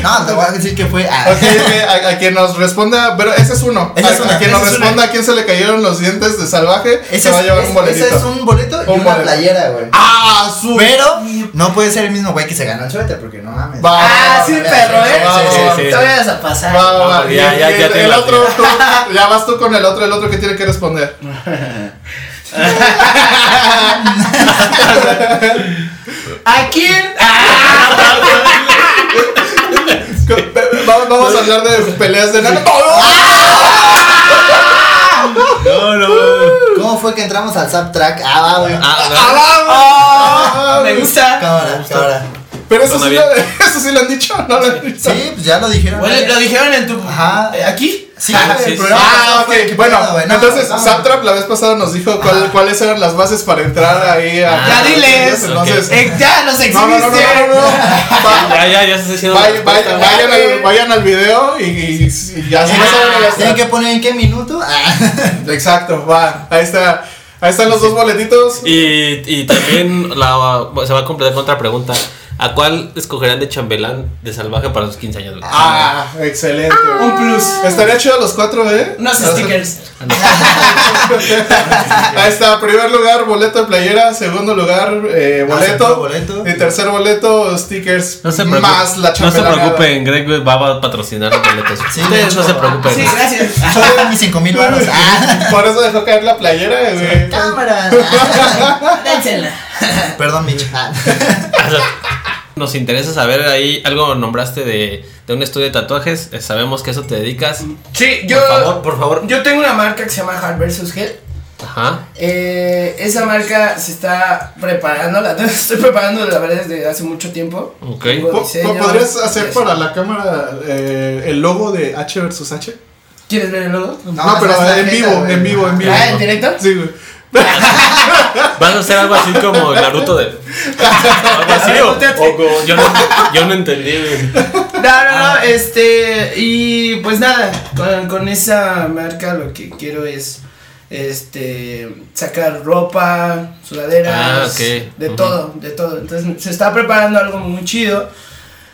C: No, no, te voy a decir que fue. ah.
A: Ok, ok, a, a quien nos responda, pero ese es uno.
C: Ese
A: a,
C: es uno,
A: a quien
C: ese
A: nos
C: es uno.
A: responda a quién se le cayeron los dientes de salvaje,
C: Ese
A: se va a
C: es,
A: llevar un
C: es-
A: boletito.
C: ese es un boleto y
A: Un
C: una
A: boleto.
C: playera, güey.
A: ¡Ah, su!
C: Pero no puede ser el mismo güey que se ganó el suéter, porque no mames.
A: Va.
D: Ah, sí, perro, eh.
A: Sí, sí,
B: sí.
D: Te vayas a pasar.
A: Va, va, va.
B: porque
A: Y
B: ya-
A: el-
B: ya-
A: y
B: ya
A: el,
B: tengo
A: el
B: la
A: otro, tú, ya vas tú con el otro, el otro que tiene que responder.
D: ¿A quién? Ah,
A: Pe- pe- va- Vamos a hablar de peleas de nada.
B: No, no.
C: ¿Cómo fue que entramos al subtrack? Ah, va, güey.
B: Ah,
A: Ah,
D: Ah, me gusta.
C: cámara, cámara.
A: Pero eso
B: Suena
A: sí,
B: bien.
A: lo, [laughs] eso sí lo han dicho, ¿no? Lo han dicho.
C: Sí, pues ya lo dijeron.
D: Bueno, lo dijeron en tu.
C: Ajá.
D: eh, ¿Aquí?
C: Sí,
B: Ah,
C: el
B: sí, sí.
C: programa
A: Ah,
C: pasado fue
A: ok.
C: que
A: Bueno,
C: pedo, güey, no,
A: entonces
C: no, no.
A: Saptrap la vez pasada nos dijo cuál- cuáles eran las bases para entrar ahí. a-
B: Ya
D: diles.
A: Entonces,
D: Eh, ya los
A: no, no, no, no,
D: exhibiste.
A: no, no.
C: Ah,
A: Va-
B: Ya, ya, ya se
A: [laughs]
B: está haciendo.
A: Vaya-
B: la
A: vaya-
B: respuesta.
A: vayan, al, vayan al video y, y- y ya se
C: Ah, Tienen que poner en qué minuto. Ah.
A: Exacto, va. Ahí está. Ahí están los dos boletitos.
B: Y, y también la, se va a completar con otra pregunta. ¿A cuál escogerán de chambelán de salvaje para sus 15 años? güey?
A: Ah, excelente.
D: Un plus.
A: Estaría chido los cuatro, ¿eh?
D: Unos stickers.
A: Ahí está, primer lugar, boleto de playera, segundo lugar, eh,
C: Ah,
A: boleto, Eh,
C: segundo boleto.
A: y tercer boleto, stickers,
B: No se, preocu-
A: más la
B: no se
A: chambelana.
B: preocupen, Greg güey, va a patrocinar los boletos.
C: Sí,
B: Ustedes
C: de
B: no se
C: hecho,
B: preocupen. [laughs]
D: Sí, gracias.
A: [laughs]
C: Solo Ah, mis 5 mil baros. Ah.
A: Por eso dejó caer la playera, güey. [laughs]
C: Cámara.
D: Dénsela.
C: Ah. Perdón, Mitch. Ah.
B: Nos interesa saber ahí, algo nombraste de, de un estudio de tatuajes. eh, Sabemos que eso te dedicas.
D: Sí, yo.
B: Por favor, por favor.
D: Yo tengo una marca que se llama Hard vs. Hell.
B: Ajá.
D: Eh, esa marca se está preparando, la [laughs] estoy preparando la verdad desde hace mucho tiempo.
B: Ok.
D: Tengo
A: Po-
D: diseño,
A: po- ¿Podrías hacer
D: es-
A: para la cámara eh, el logo de H versus H?
D: ¿Quieres ver el logo?
A: No,
C: No,
A: pero
C: esa es la
A: en
C: jeta,
A: vivo,
C: güey.
A: en vivo, en vivo.
D: ¿Ah, en directo?
A: Sí, güey.
B: ¿Vas a hacer algo así como Naruto de.? ¿Algo así o, o como- yo, no, yo no entendí. güey.
D: [laughs] No, no, no,
B: Ah.
D: este, y pues nada, con, con esa marca lo que quiero es, este, sacar ropa, sudaderas,
B: Ah, ok.
D: de
B: Ujú.
D: todo, de todo. Entonces se está preparando algo muy chido.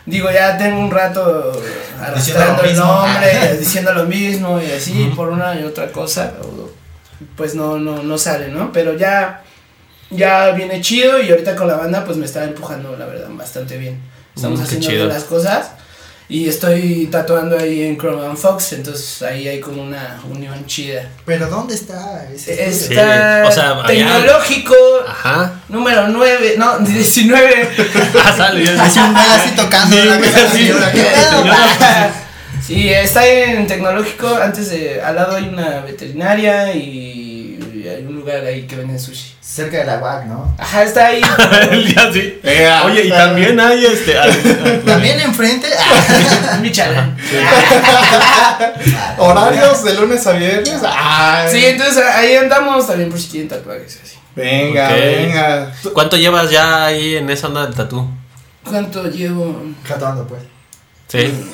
D: Digo, ya tengo un rato arrastrando el
C: mismo.
B: Ah.
D: nombre, [laughs] diciendo lo mismo y así, por una y otra cosa, o- pues no, no, no sale, ¿no? Pero ya, ya viene chido y ahorita con la banda pues me está empujando, la verdad, bastante bien. Estamos
B: Mm, qué
D: haciendo
B: chido.
D: bien las cosas y estoy tatuando ahí en Chrome and Fox, entonces ahí hay como una unión chida.
C: Pero ¿dónde está? ese estudio?
D: Está
B: o sea, allá- Ah.
D: tecnológico
B: Ajá.
D: número 9, no, [laughs] 19.
B: Ah, sale. yo-
C: Así un güey así tocando.
B: Sí,
C: la
B: güey,
C: mesa,
B: así.
C: así, ahora, ¿qué
B: Sí,
C: pedo,
B: yo
C: pa?
D: Sí, está en tecnológico, antes de, al lado hay una veterinaria y hay un lugar ahí que venden sushi.
C: Cerca de la UAC, ¿no?
D: Ajá,
B: [laughs]
D: está ahí. [laughs]
B: El día sí.
A: Eh, ah,
B: Oye, y también hay este. al-
C: También [laughs] enfrente.
D: Mi chalán.
A: eh, Horarios de lunes a viernes. Ay,
D: Sí, entonces ahí andamos también por si quieren tatuajes así.
A: Venga,
B: Ok.
A: venga.
B: ¿Cuánto llevas ya ahí en esa onda del tatú?
D: ¿Cuánto llevo?
C: Tatuando, pues.
B: Sí.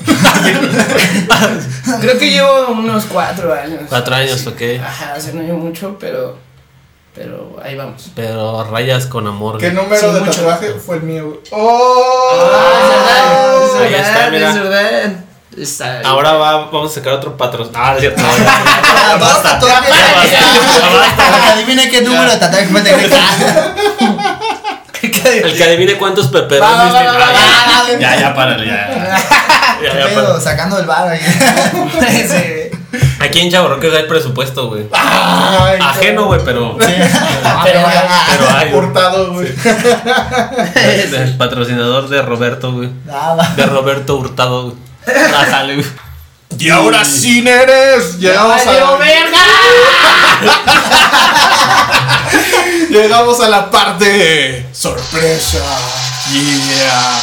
D: Creo que llevo unos cuatro años.
B: Cuatro años,
D: Sí.
B: ok.
D: Ajá, o sea, no llevo mucho, pero, pero ahí vamos.
B: Pero rayas con amor.
A: ¿Qué
B: güey.
A: número
D: Sí,
A: de
D: mucho.
A: tatuaje fue el mío? ¡Oh! güey? ¡Oh!
D: Ah,
B: Ahí está, mira.
D: verdad. Está bien.
B: Ahora va, vamos a sacar otro patrocinio. Ah, es cierto. no, ya.
C: Ah, basta, todavía
B: Ya basta, ya basta.
C: [laughs] Adivina qué número de tatuaje fue de
B: [laughs] El que adivine cuántos peperos
D: Va, va, va,
C: va,
D: va,
C: va.
B: Ya, ya, párale, ya. Ya, ya,
C: Pero
B: párale.
C: sacando el bar ahí.
D: [laughs] Sí.
B: Aquí en Chaborroques hay presupuesto, güey.
A: Ay,
B: Ajeno, güey, pero.
D: Ah,
C: Pero
B: Pero hay. güey.
A: Hurtado, güey.
B: El patrocinador de Roberto, güey.
C: nada.
B: De Roberto Hurtado, güey. Ah, sale, güey.
A: Y ahora sí eres. Llegamos a,
D: ¡Valió
A: la,
D: verga!
A: llegamos a la parte sorpresa. Yeah.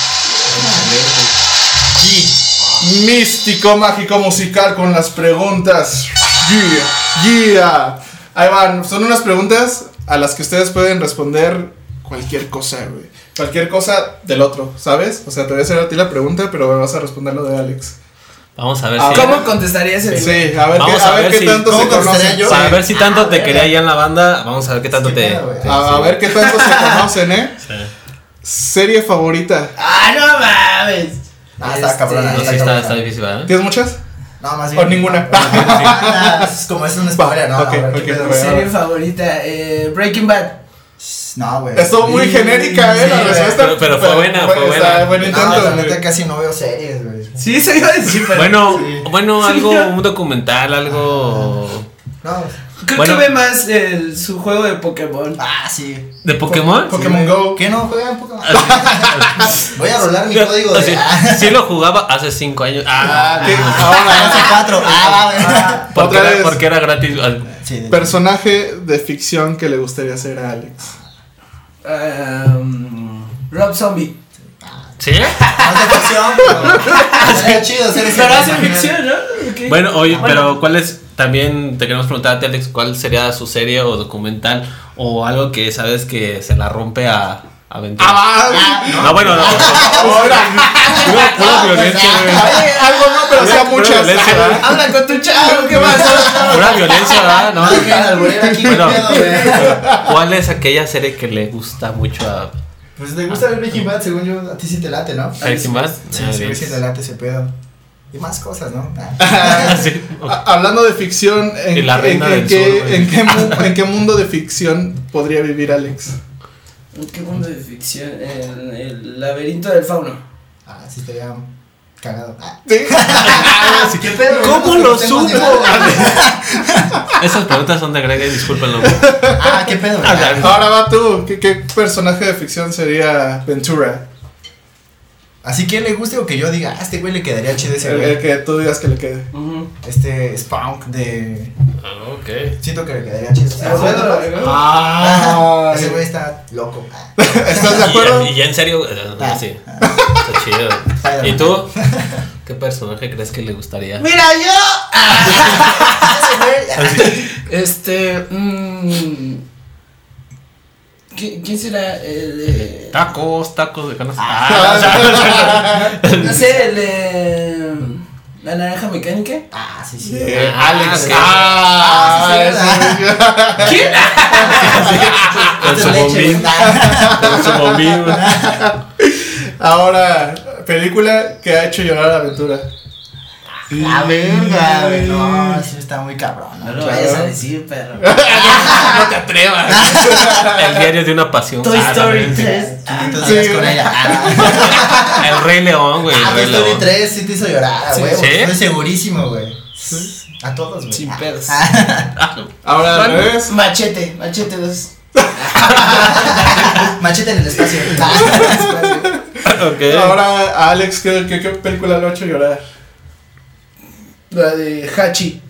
A: Y místico, mágico, musical con las preguntas. Yeah, yeah. Ahí van. Son unas preguntas a las que ustedes pueden responder cualquier cosa, güey. Cualquier cosa del otro, ¿sabes? O sea, te voy a hacer a ti la pregunta, pero me vas a responder lo de Alex.
B: Vamos a ver
A: Ah,
B: si.
D: ¿Cómo contestarías el
A: Sí, a ver, qué,
B: Vamos
A: a
B: a
A: ver
B: ver
A: qué
B: si-
A: tanto se
C: ¿cómo contestaría
A: conocen.
C: yo?
A: Sí.
B: A ver si tanto te
C: Ah,
B: quería ya en la banda. Vamos a ver qué tanto
C: Sí,
B: te.
C: claro, güey.
B: te-
A: A, a ver qué tanto se conocen, ¿eh? Serie favorita.
D: ¡Ah, no mames!
C: Ah, está cabrón,
B: No, sí,
C: está
B: está,
C: cabrón.
B: está difícil, ¿verdad?
A: ¿Tienes muchas?
C: No, más bien.
A: O ninguna.
C: [laughs] Ah, es Como es una historia, ¿no?
A: Ok,
C: Ahora, ¿qué
A: ok,
C: pedo?
A: güey.
D: Serie favorita, eh, Breaking Bad.
C: No, güey.
A: Estuvo muy
C: Sí,
A: genérica, ¿eh? La
C: güey.
A: respuesta.
B: Pero- pero fue buena, fue
A: o sea,
B: buena.
A: Buen
C: No,
A: intento.
C: la
A: güey.
C: neta casi no veo series, güey.
D: Sí, se iba a decir, pero.
B: Bueno,
C: Sí.
B: bueno,
D: Sí,
B: algo,
D: ya.
B: un documental, algo.
C: No.
D: Creo
B: bueno.
D: que ve más el, su juego de Pokémon.
C: Ah, sí.
B: ¿De Pokémon?
A: Pokémon
C: Sí.
A: Go.
C: ¿Qué no juegan Pokémon? Voy a rolar mi código
B: Sí,
C: de. Ah,
B: sí lo jugaba hace 5 años. Ah,
A: Ah, ¿qué?
C: hace
A: Ahora,
C: cuatro. Ah, va, güey.
B: porque,
A: otra
B: era,
A: vez.
B: porque era gratis. Ah,
C: Sí, de- [laughs]
A: personaje de ficción que le gustaría ser a Alex.
D: Ah, mm, Rob Zombie.
B: ¿Sí?
C: No es de ficción, pero. Sería chido ser ese
D: Pero hace
C: personaje.
D: ficción, ¿no? Ok.
B: Bueno, oye, pero ¿cuál es? También te queremos preguntar a ti, Alex, ¿cuál sería su serie o documental o algo que sabes que se la rompe a, a Ventura?
A: ¡Ah,
B: no, bueno, no. Pura- pura violencia, güey.
A: Oye, Algo no, pero sea
B: Pura
A: muchas. [laughs]
B: violencia, ¿verdad?
D: Habla con tu chavo, ¿qué pasó?
B: Pura violencia, ¿verdad? No,
C: No, dejen alburear aquí,
B: Bueno.
C: qué pedo, güey.
B: ¿Cuál es aquella serie que le gusta mucho a
C: Pues te gusta ver Breaking Bad, según yo, a ti sí te late, ¿no?
B: Breaking Bad?
C: Sí,
B: Ah,
C: sí,
B: bien.
C: sí te late ese pedo. Y más cosas, ¿no? Ah.
B: Ah, sí.
A: Ha- Hablando de ficción,
B: Y
A: ¿en,
B: la
A: en-
B: reina
A: en
B: del
A: qué,
B: sur, güey.
A: en qué mu- en qué mundo de ficción podría vivir Alex?
D: ¿Qué mundo de ficción? El, el laberinto del fauno.
C: Ah, sí estaría cagado.
A: [laughs]
C: Ah, [laughs]
A: ¿Sí?
C: ¿Qué pedo?
B: ¿Cómo
C: No
B: lo
C: tengo ni
B: supo?
C: idea.
B: Esas preguntas son de Greg, y discúlpenlo.
C: Ah, ¿qué pedo?
B: Ah, ya.
A: Ahora va tú. ¿Qué, qué personaje de ficción sería Ventura?
C: Así que le guste o que yo diga, ah, este güey le quedaría chido ese
A: El, el
C: güey.
A: que tú digas que le quede.
C: Este Spunk de.
B: Ah, ok.
C: Siento que le quedaría chido. ese
D: Ah,
C: güey.
D: bueno, bueno.
A: Ah,
C: Ese güey está loco. Ah,
A: ¿Estás de
B: Y ya,
A: acuerdo? [laughs]
B: y ya en serio, eh,
C: Ah.
B: sí. Está chido.
C: Spider-Man.
B: ¿Y tú? ¿Qué personaje crees que le gustaría?
D: Mira, yo.
C: Ese güey. ah,
D: Este. mm, ¿qui- ¿Quién será el
B: [laughs]
D: de.?
B: Tacos, tacos de canasta. Ah,
A: Ah,
D: No sé, el de. La naranja mecánica.
C: Ah, sí, sí.
A: Eh, Alex.
B: sí.
A: Ah,
C: Ah, sí,
A: ese güey.
D: ¿Quién?
B: con
C: Antes
B: su
C: leche,
B: bombín.
C: güey. Ah,
B: Con su bombín. güey.
A: Ahora, película que ha hecho llorar a Aventura.
C: La verga, güey. No, sí está muy cabrón.
D: No
C: ¿no?
D: lo vayas a decir, perro.
B: No te atrevas. El diario de una pasión.
D: Toy
B: Ah,
D: Story
B: también, sí.
D: 3.
C: Quinientos
A: Sí,
C: días con
A: güey.
C: ella. Ah.
B: El Rey León, güey.
C: Ah,
B: El
C: Toy
B: Rey
C: Story
B: León.
C: 3 sí te hizo llorar, a
D: Sí.
C: huevo.
B: ¿Sí?
C: Estoy segurísimo, güey. A todos, güey.
D: Sin
C: Ah.
D: pedos.
A: Ahora al
D: Bueno,
A: revés.
D: [laughs] Machete, machete 2.
C: [laughs] Machete en el espacio. Ah.
B: Ok.
A: Ahora, a Alex, ¿qué, qué, qué película lo ha hecho llorar?
D: La de Hachi.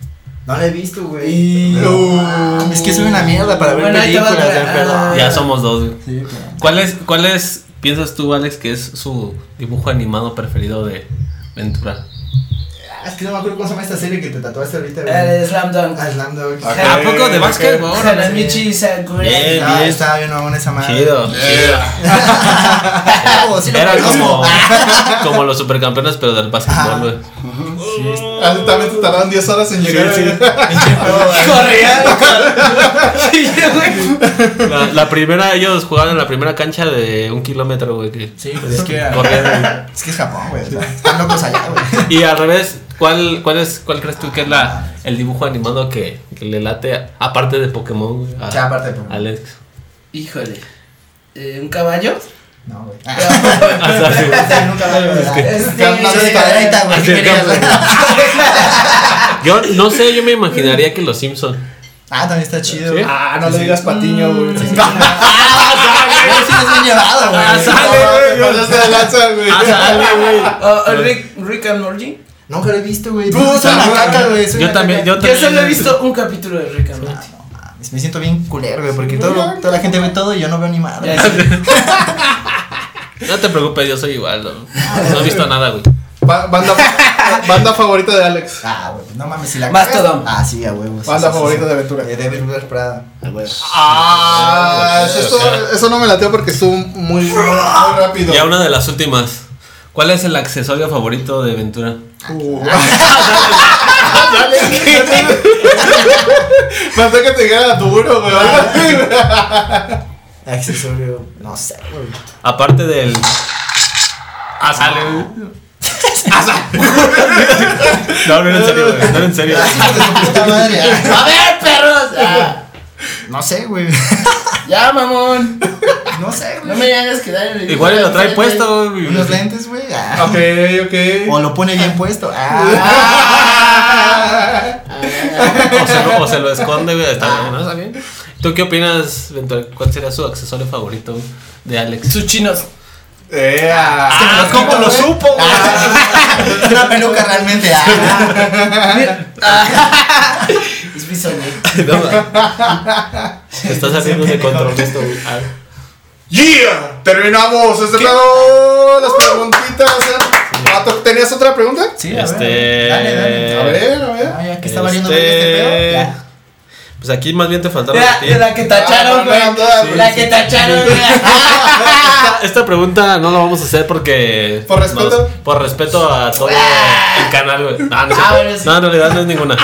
C: No la he visto, güey.
D: Y-
C: Pero,
A: uh,
C: Es que soy una mierda para ver
D: Bueno, ahí te va
C: películas, de
D: otra.
A: Ah.
C: verdad.
B: Ya somos dos, güey.
C: Sí, pero-
B: ¿Cuál es, cuál es, piensas tú, Alex, que es su dibujo animado preferido de Ventura?
C: Ah, Es que no me acuerdo cómo se llama esta serie que te tatuaste ahorita, güey.
D: La
B: Eh,
D: de Slam Dunk.
C: Ah, Slam Dunk.
A: Ok.
B: ¿A poco de
A: ok.
B: básquetbol?
D: Hanamichi Sakura.
B: Bien.
C: Ah, estaba bien mamón esa madre. [laughs]
B: Chido.
C: Ah, sí lo
B: Era
C: conozco.
B: como, [laughs] como los supercampeones, pero del básquetbol, güey.
A: Ah, También te tardaron 10 horas en llegar. ¿eh?
C: sí.
A: güey.
B: [laughs]
D: Corría. [laughs] Sí, güey.
B: La, la primera, ellos jugaban en la primera cancha de un kilómetro, güey. que
C: Sí, pues es que,
B: corrían, güey.
C: es que es Japón, güey. o sea, Están locos allá, güey.
B: Y al revés, ¿cuál, cuál, es, cuál crees tú que es la, el dibujo animado que, que le late, a- aparte de Pokémon, güey? a-
C: Ya, aparte, pues,
B: Alex. [laughs]
D: Híjole. Eh, ¿Un caballo?
C: No,
B: [laughs]
C: güey.
B: sea, sí.
C: Está en un caballo, ¿verdad?
D: Este-
C: No sé de cadereita, güey.
B: Así
C: ¿qué
B: es,
C: querías, güey?
D: Ah,
B: Yo no sé, yo me imaginaría que los Simpsons.
C: Ah, también está chido.
B: ¿Sí?
C: güey. Ah,
A: Ah, no le
C: [laughs]
A: digas patiño, güey.
C: Yo sí los he llevado, güey.
B: Ah, sale,
A: No, te pasaste de lanza, güey.
D: Ah, ah, Rick, Rick and Morty.
C: Nunca lo he visto, güey.
A: Puta,
C: Soy una
A: güey.
C: caca, güey. soy
B: Yo
C: una
B: también,
C: caca.
B: yo
D: Yo
B: también.
D: solo he visto un capítulo de Rick and
C: Ah,
D: Morty.
C: no mames, Me siento bien culero, güey, porque todo lo- toda la gente ve todo y yo no veo ni madre.
D: Ya sé.
B: No te preocupes, yo soy igual, no, no he visto nada, güey.
A: Ba- Banda, banda favorita de Alex.
C: Ah, güey, no mames, si la
D: Mastodon.
C: cagas- Ah, sí, a huevos.
A: Banda favorita de aventura.
C: De Aventura Prada. A huevos.
A: Ah,
B: sí,
A: eso,
B: sí.
A: eso no me lateó porque estuvo muy, muy rápido.
B: Ya una de las últimas. ¿Cuál es el accesorio favorito de Ventura?
A: Uh. Faltó que te llegara tu duro, güey.
C: Accesorio, no sé, Ah, güey.
A: [laughs]
B: Aparte del. Ah, sale, güey. Ah, sale. No, no era en serio, güey. No era en serio.
C: Ah, Puta madre. ah.
D: A ver, perros. Ah,
C: No sé,
A: [laughs]
C: güey.
D: ya, mamón.
C: No sé,
D: No
C: güey.
D: me hagas quedar en el.
B: Igual y lo trae puesto, güey.
C: Unos lentes, güey. ah.
A: Ok,
C: O
A: ok.
C: lo pone bien puesto. Ah.
A: [laughs]
B: O se lo, o se lo esconde, güey. Está bien, ¿no? Está bien. ¿Tú qué opinas, Ventura? ¿Cuál sería su accesorio favorito de Alex?
D: Sus chinos.
A: Eh,
B: Ah,
A: ah.
B: ¿cómo lo supo,
C: Es una peluca realmente. ah.
A: [laughs]
D: Es bisonio.
B: [laughs] No, ma. Te está saliendo de control esto, güey. Ah.
A: Yeah, terminamos. Este lado las preguntitas. eh. Pato, ¿Tenías otra pregunta?
C: Sí, a
B: Este.
C: ver. Dale, dale.
A: A ver, a ver.
C: Ah, ya que está valiendo
B: Este-
C: verga este pedo. ya.
B: Pues aquí más bien te faltaron. a
D: Ya,
B: ti.
D: de la que tacharon,
A: Ah, no, no,
D: güey.
A: no,
D: La que tacharon,
A: [laughs]
D: güey.
B: [laughs] Esta, esta pregunta no la vamos a hacer porque.
A: ¿Por respeto?
B: nos- por respeto a todo
C: Ah.
B: el canal, güey. No, no, es
D: Ah,
B: cierto.
D: bueno, sí.
B: No, en realidad no es ninguna.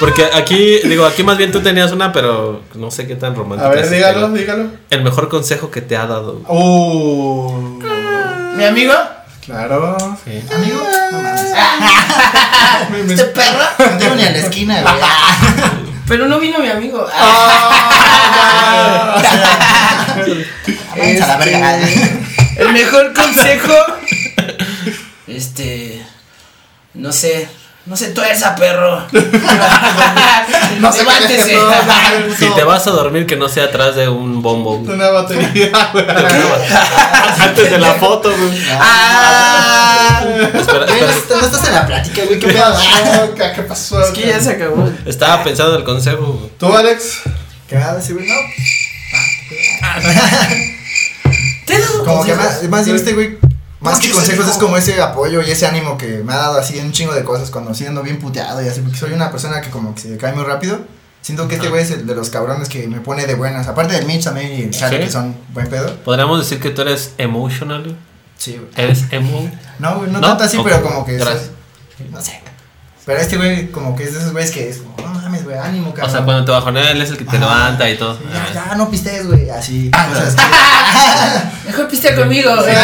B: Porque aquí, digo, aquí más bien tú tenías una, pero no sé qué tan romántica.
A: A ver,
B: es,
A: dígalo,
B: pero
A: dígalo.
B: El mejor consejo que te ha dado. güey.
A: Uh,
D: Mi amigo.
A: claro.
B: Sí.
C: Amigo, no mames.
A: Me- me-
C: Este perro [laughs] no tengo ni a la esquina, güey.
D: Pero no vino mi amigo. Ah,
A: Ah,
C: Váyanse a la verga.
D: El mejor consejo. Este. No sé. No se tuerza, perro.
A: [laughs] No se
D: Levántese.
A: queje,
B: [laughs]
A: no.
B: Si te vas a dormir, que no sea atrás de un bombo. güey.
A: Una batería, güey. [laughs]
B: Antes de la foto, güey.
D: Ah,
B: Espera, espera.
C: Güey, no est- no estás en la plática, güey. ¿Qué pedo?
A: Ah, ¿Qué qué pasó?
D: es que ya se acabó.
B: Estaba pensando en el consejo. güey.
A: ¿Tú, Alex?
C: ¿Qué va a decir, güey? No. pues,
D: ¿Te das un
C: Como que
D: consejo?
C: más, más bien este güey, más que consejos es como ese apoyo y ese ánimo que me ha dado así en un chingo de cosas, cuando siendo bien puteado y así, porque soy una persona que como que se cae muy rápido. Siento que este güey es el de los cabrones que me pone de buenas. Aparte del Mitch también y el Charlie,
B: ¿Sí?
C: que son buen pedo.
B: Podríamos decir que tú eres emotional. güey.
C: Sí, güey.
B: Eres emo.
C: No, güey, no,
B: ¿No?
C: tanto así,
B: Ok,
C: pero como que.
B: gracias.
C: No sé. Pero este güey, como que es de esos güeyes que es como, no mames, güey, ánimo,
B: O
C: cabrón.
B: sea, cuando te bajonea, él es el que te
C: Ajá.
B: levanta y todo.
C: Ya, ya, no pistees, güey, así.
B: Ah,
C: cosas
D: Mejor pistea conmigo. güey.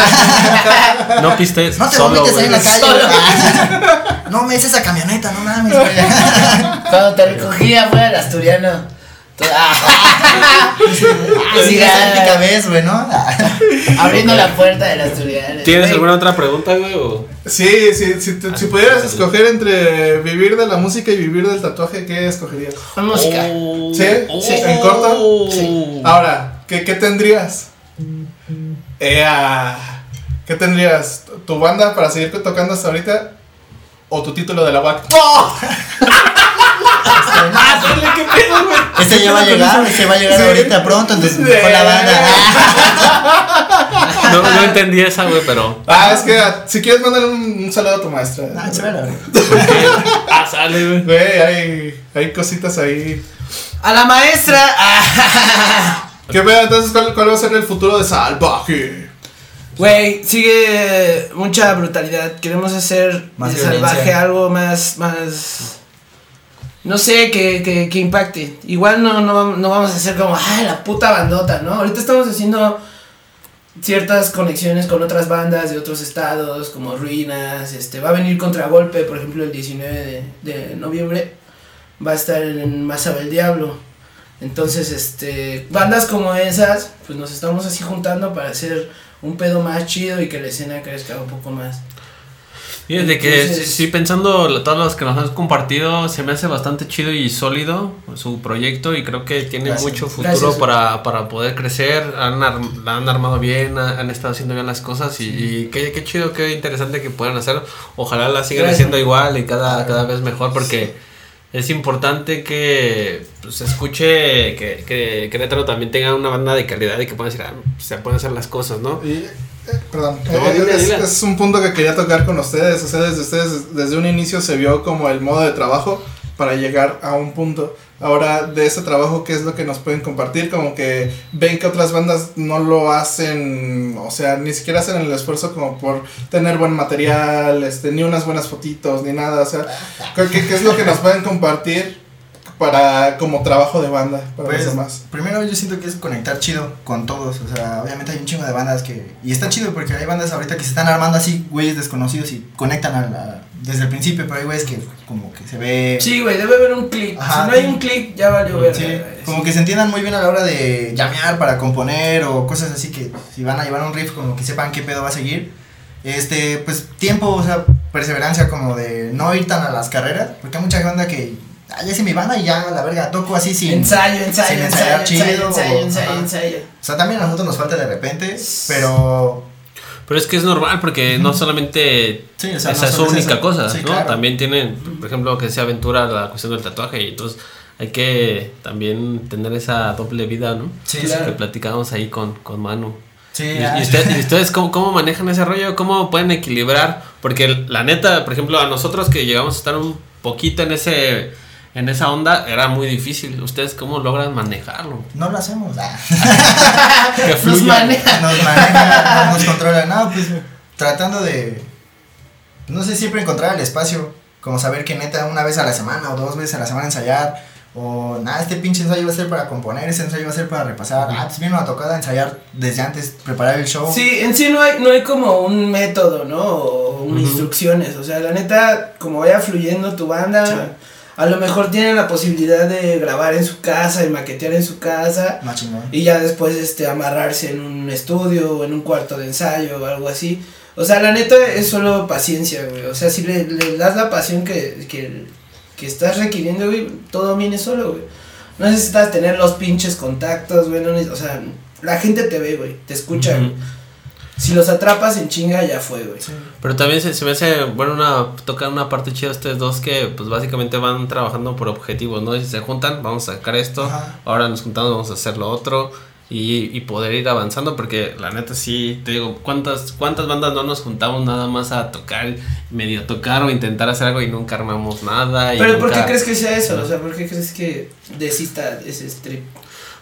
B: No pistes
C: que- no te
B: solo,
C: vomites
B: güey.
C: ahí en la calle.
D: Solo.
C: güey. No me des esa camioneta, no mames, [laughs] güey.
D: Cuando te recogía fuera el asturiano. Tú-
C: [laughs]
D: ah,
C: Sí,
D: ya.
C: esa típica vez, güey, [laughs] ¿no?
D: abriendo la puerta del asturiano.
B: ¿Tienes alguna otra pregunta, güey? o-
A: Sí, sí, si, te-
D: Ah,
A: si pudieras escoger entre vivir de la música y vivir del tatuaje, ¿qué escogerías?
D: Con música.
B: Oh.
A: ¿Sí?
B: Oh.
A: ¿En corto?
D: Sí.
A: Ahora, ¿qué, qué tendrías? Eh, ah, Ea, ¿Qué tendrías? ¿Tu banda para seguir tocando hasta ahorita? o tu título de la UAC. [laughs] Ah,
D: ¡Hazle qué pedo, güey!
C: Este ya va a llegar, este va a llegar
A: Sí.
C: ahorita pronto, entonces
A: Sí.
C: fue la [laughs] banda. Ah.
B: No, no entendí esa, güey,
A: [laughs]
B: pero.
A: Ah, es que ah, si quieres mandar un, un saludo a tu maestra.
C: Ah, se ve la verga.
B: Ah, sale, güey.
A: Güey, hay, hay cositas ahí.
D: ¡A la maestra!
A: ¿Qué veo entonces? ¿cuál, ¿Cuál va a ser el futuro de Salvaje?
D: Güey, sigue mucha brutalidad. Queremos hacer
C: Más
D: de salvaje
C: violencia.
D: algo más, más. No sé, que, que, que impacte. Igual no, no, no vamos a hacer como, ay, la puta bandota, ¿no? Ahorita estamos haciendo ciertas conexiones con otras bandas de otros estados, como Ruinas. Este, va a venir Contragolpe, por ejemplo, el 19 de, de noviembre. Va a estar en Mazaba el Diablo. Entonces, este, bandas como esas, pues nos estamos así juntando para hacer un pedo más chido y que la escena crezca un poco más.
B: Fíjate que
D: Entonces-
B: sí, sí, pensando la- todas las que nos has compartido, se me hace bastante chido y sólido su proyecto y creo que tiene
C: Gracias.
B: mucho futuro
D: Gracias.
B: para, para poder crecer. Han, ar- la han armado bien, ha- han estado haciendo bien las cosas y, y qué, qué chido, qué interesante que puedan hacer. Ojalá la sigan
D: Gracias.
B: haciendo igual y cada, cada vez mejor porque es importante que pues, se escuche que, que Querétaro también tenga una banda de calidad y que puedan decir, ah, se pueden hacer las cosas, ¿no?
A: Y, eh, perdón,
B: No,
A: Eh,
B: dile,
A: es,
B: dile.
A: es un punto que quería tocar con ustedes. O sea, desde ustedes, desde un inicio se vio como el modo de trabajo para llegar a un punto. Ahora, de ese trabajo, ¿qué es lo que nos pueden compartir? Como que ven que otras bandas no lo hacen, o sea, ni siquiera hacen el esfuerzo como por tener buen material, este, ni unas buenas fotitos, ni nada. O sea, ¿qué, qué- qué es lo que nos pueden compartir para como trabajo de banda para
C: Pues,
A: los demás?
C: Primero yo siento que es conectar chido con todos, o sea, obviamente hay un chingo de bandas que... Y está chido porque hay bandas ahorita que se están armando así, güeyes desconocidos y conectan a la- desde el principio, pero hay güeyes que como que se ve...
D: Sí, güey, debe haber un clic.
C: Ajá,
D: Si no hay
C: sí.
D: un clic, ya valió
C: eh, Sí,
D: ver.
C: como que se entiendan muy bien a la hora de llamear para componer o cosas así que si van a llevar un riff como que sepan qué pedo va a seguir. Este, pues tiempo, o sea, perseverancia como de no ir tan a las carreras, porque hay mucha banda que, ah, ya hice mi banda y ya, la verga, toco así sin...
D: ensayo,
C: sin
D: ensayo, ensayo,
C: ensayar
D: ensayo,
C: chido,
D: ensayo,
C: o-
D: ensayo,
C: ajá.
D: ensayo.
C: O sea, también a nosotros nos falta de repente, pero...
B: Pero es que es normal porque no solamente
C: Sí, o sea,
B: esa
C: no
B: es su
C: solo es
B: única
C: eso.
B: cosa,
C: Sí,
B: ¿no?
C: claro.
B: También tienen, por ejemplo, que se aventura la cuestión del tatuaje y entonces hay que también tener esa doble vida, ¿no?
C: Sí,
B: Eso
D: claro.
B: que platicábamos ahí con, con Manu.
C: Sí,
B: ¿Y,
C: ah,
B: y usted- y ustedes cómo, cómo manejan ese rollo? ¿Cómo pueden equilibrar? Porque la neta, por ejemplo, a nosotros que llegamos a estar un poquito en ese en esa onda era muy difícil. ¿Ustedes cómo logran manejarlo?
C: No lo hacemos. ah.
B: Que
D: Nos
B: fluya.
D: maneja.
C: Nos maneja, nos controla. No, pues tratando de. No sé, siempre encontrar el espacio. Como saber que neta una vez a la semana o dos veces a la semana ensayar. O nada, este pinche ensayo va a ser para componer, este ensayo va a ser para repasar. Ah, pues viene una tocada ensayar desde antes, preparar el show.
D: Sí, en sí no hay, no hay como un método, ¿no? O un
B: Ujú.
D: instrucciones. O sea, la neta, como vaya fluyendo tu banda,
C: Sí.
D: a lo mejor tienen la posibilidad de grabar en su casa y maquetear en su casa.
C: No chingón.
D: Y ya después este amarrarse en un estudio o en un cuarto de ensayo o algo así. O sea, la neta es solo paciencia, güey. O sea, si le, le das la pasión que, que, que estás requiriendo, güey, todo viene solo, güey. No necesitas tener los pinches contactos, güey. no neces- o sea, la gente te ve, güey. Te escucha.
B: Ujú.
D: güey. Si los atrapas en chinga, ya fue, güey.
B: Pero también se, se me hace, bueno, una, tocan una parte chida ustedes dos que pues básicamente van trabajando por objetivos, ¿no? Y si se juntan, vamos a sacar esto,
C: Ajá.
B: ahora nos juntamos, vamos a hacer lo otro y, y poder ir avanzando porque la neta sí, te digo, ¿cuántas, cuántas bandas no nos juntamos nada más a tocar, medio tocar o intentar hacer algo y nunca armamos nada? y
D: Pero ¿por qué
B: nunca-
D: crees que sea eso? O sea, ¿por qué crees que desista ese strip?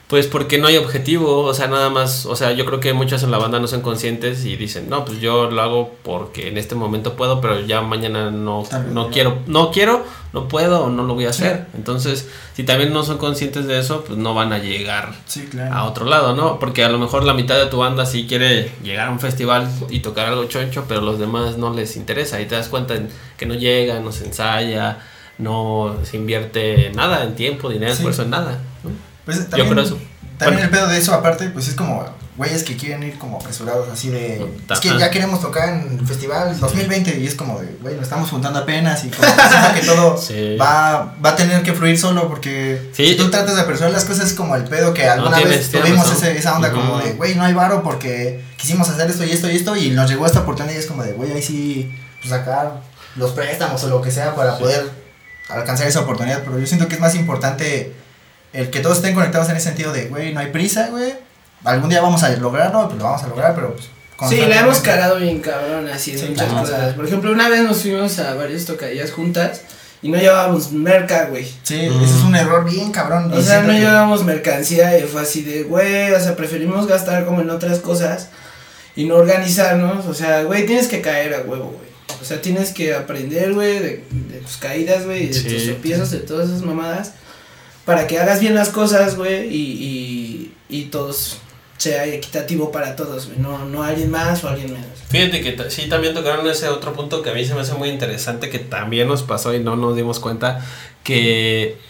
B: Pues porque no hay objetivo, o sea, nada más, o sea, yo creo que muchos en la banda no son conscientes y dicen, no, pues yo lo hago porque en este momento puedo, pero ya mañana no,
C: Tal vez
B: no
C: no.
B: quiero, no quiero, no puedo o no lo voy a hacer. Entonces, si también no son conscientes de eso, pues no van a llegar
C: Sí,
B: a otro lado, ¿no? Porque a lo mejor la mitad de tu banda sí quiere llegar a un festival y tocar algo choncho, pero los demás no les interesa y te das cuenta en- que no llega, no se ensaya, no se invierte nada en tiempo, dinero,
C: Sí.
B: esfuerzo, en nada. ¿no?
C: Pues, también,
B: creo eso.
C: También
B: Bueno.
C: el pedo de eso, aparte, pues es como güeyes que quieren ir como apresurados, así de.
B: Ta-
C: Es que
B: ajá.
C: ya queremos tocar en el festival 2020 y es como de, güey, lo estamos juntando apenas y como que siento que todo
B: Sí.
C: va, va a tener que fluir solo porque
B: Sí.
C: si tú tratas de apresurar las cosas es como el pedo que alguna
B: tienes
C: vez
B: tiempo,
C: tuvimos
B: ¿no?
C: ese- esa onda como
B: Ujú.
C: de, güey, no hay varo porque quisimos hacer esto y esto y esto y nos llegó esta oportunidad y es como de, güey, ahí sí, pues acá. los préstamos o lo que sea para poder alcanzar esa oportunidad. Pero yo siento que es más importante el que todos estén conectados en ese sentido de, güey, no hay prisa, güey. Algún día vamos a lograrlo, pues lo vamos a lograr, pero pues.
D: Sí, la hemos
C: constantemente.
D: cagado bien cabrón así en
C: Sí,
D: muchas
C: claro.
D: cosas. Por ejemplo, una vez nos fuimos a varias tocadillas juntas y no llevábamos merca, güey.
C: Sí, ese es un error bien cabrón.
D: O
C: y
D: sea,
C: siento
D: no
C: que-
D: llevábamos mercancía y fue así de, güey, o sea, preferimos gastar como en otras cosas y no organizarnos. O sea, güey, tienes que caer a huevo, güey. O sea, tienes que aprender, güey, de, de tus caídas, güey, de
B: Sí.
D: tus tropiezos, de todas esas mamadas, para que hagas bien las cosas, güey, y, y, y todos sea equitativo para todos, güey. No, no alguien más o alguien menos.
B: Fíjate que t- sí también tocaron ese otro punto que a mí se me hace muy interesante que también nos pasó y no nos dimos cuenta que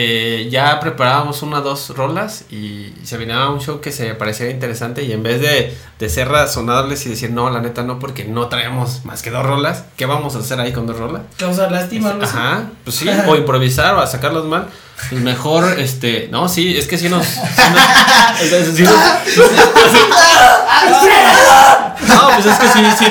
B: eh, ya preparábamos una dos rolas y se venía un show que se parecía interesante y en vez de, de ser razonables y decir no, la neta no porque no traemos más que dos rolas, ¿qué vamos a hacer ahí con dos rolas?
D: Causar lástima, algo así.
B: Ajá, pues sí, o improvisar o a sacarlos mal. Pues mejor, este, no, sí, es que sí nos. sí nos- o sea, sí nos- no, pues es que sí, sí,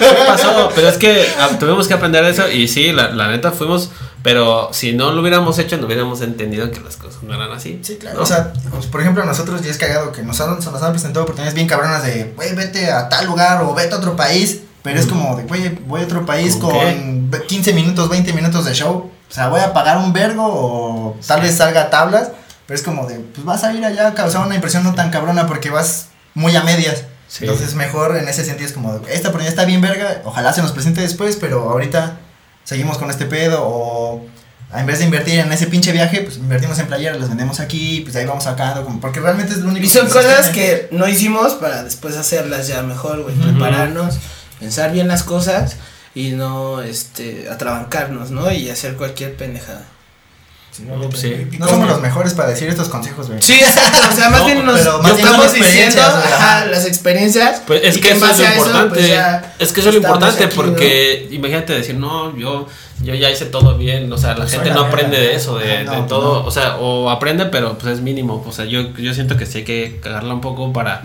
B: sí pasó, pero es que ah, tuvimos que aprender eso y sí, la, la neta fuimos, pero si no lo hubiéramos hecho, no hubiéramos entendido que las cosas no eran así.
C: Sí, claro.
B: ¿no?
C: O sea, pues, por ejemplo, a nosotros ya es cagado que nos han, se nos han presentado oportunidades bien cabronas de, güey, vete a tal lugar o vete a otro país. Pero es como de, güey, voy a otro país
B: ¿Con
C: con, ve- 15 minutos, 20 minutos de show. O sea, voy a pagar un vergo o tal vez salga a tablas. Pero es como de, pues vas a ir allá a causar una impresión no tan cabrona porque vas muy a medias.
B: Sí.
C: Entonces, mejor en ese sentido es como, de, esta oportunidad está bien verga. Ojalá se nos presente después, pero ahorita seguimos con este pedo o en vez de invertir en ese pinche viaje, pues invertimos en playeras, las vendemos aquí, pues de ahí vamos sacando, como, porque realmente es lo único
D: Y son
C: nos
D: cosas
C: sostiene.
D: que no hicimos para después hacerlas ya mejor, güey.
B: Ujú.
D: Prepararnos, pensar bien las cosas y no, este, atrabancarnos, ¿no? Y hacer cualquier pendejada.
C: Sí,
B: No, pues, sí.
C: No somos los mejores para decir estos consejos, güey.
D: Sí, exacto. [laughs] O sea, más
B: No,
D: bien nos
C: pero más bien son
D: estamos diciendo
C: experiencias, güey, ajá.
D: ajá, las experiencias.
B: Pues es
D: y
B: que
D: en
B: eso es
D: base
B: lo
D: a pues,
B: importante.
D: ya
B: es que eso es lo
D: estamos
B: importante
D: aquí,
B: porque imagínate decir, no, yo, yo ya hice todo bien. O sea, la
C: Pues
B: gente
C: soy
B: no
C: la
B: aprende
C: verga.
B: de eso, de,
C: Ah, no,
B: de
C: pues
B: todo.
C: no.
B: O sea, o aprende, pero pues es mínimo. O sea, yo, yo siento que sí hay que cagarla un poco para.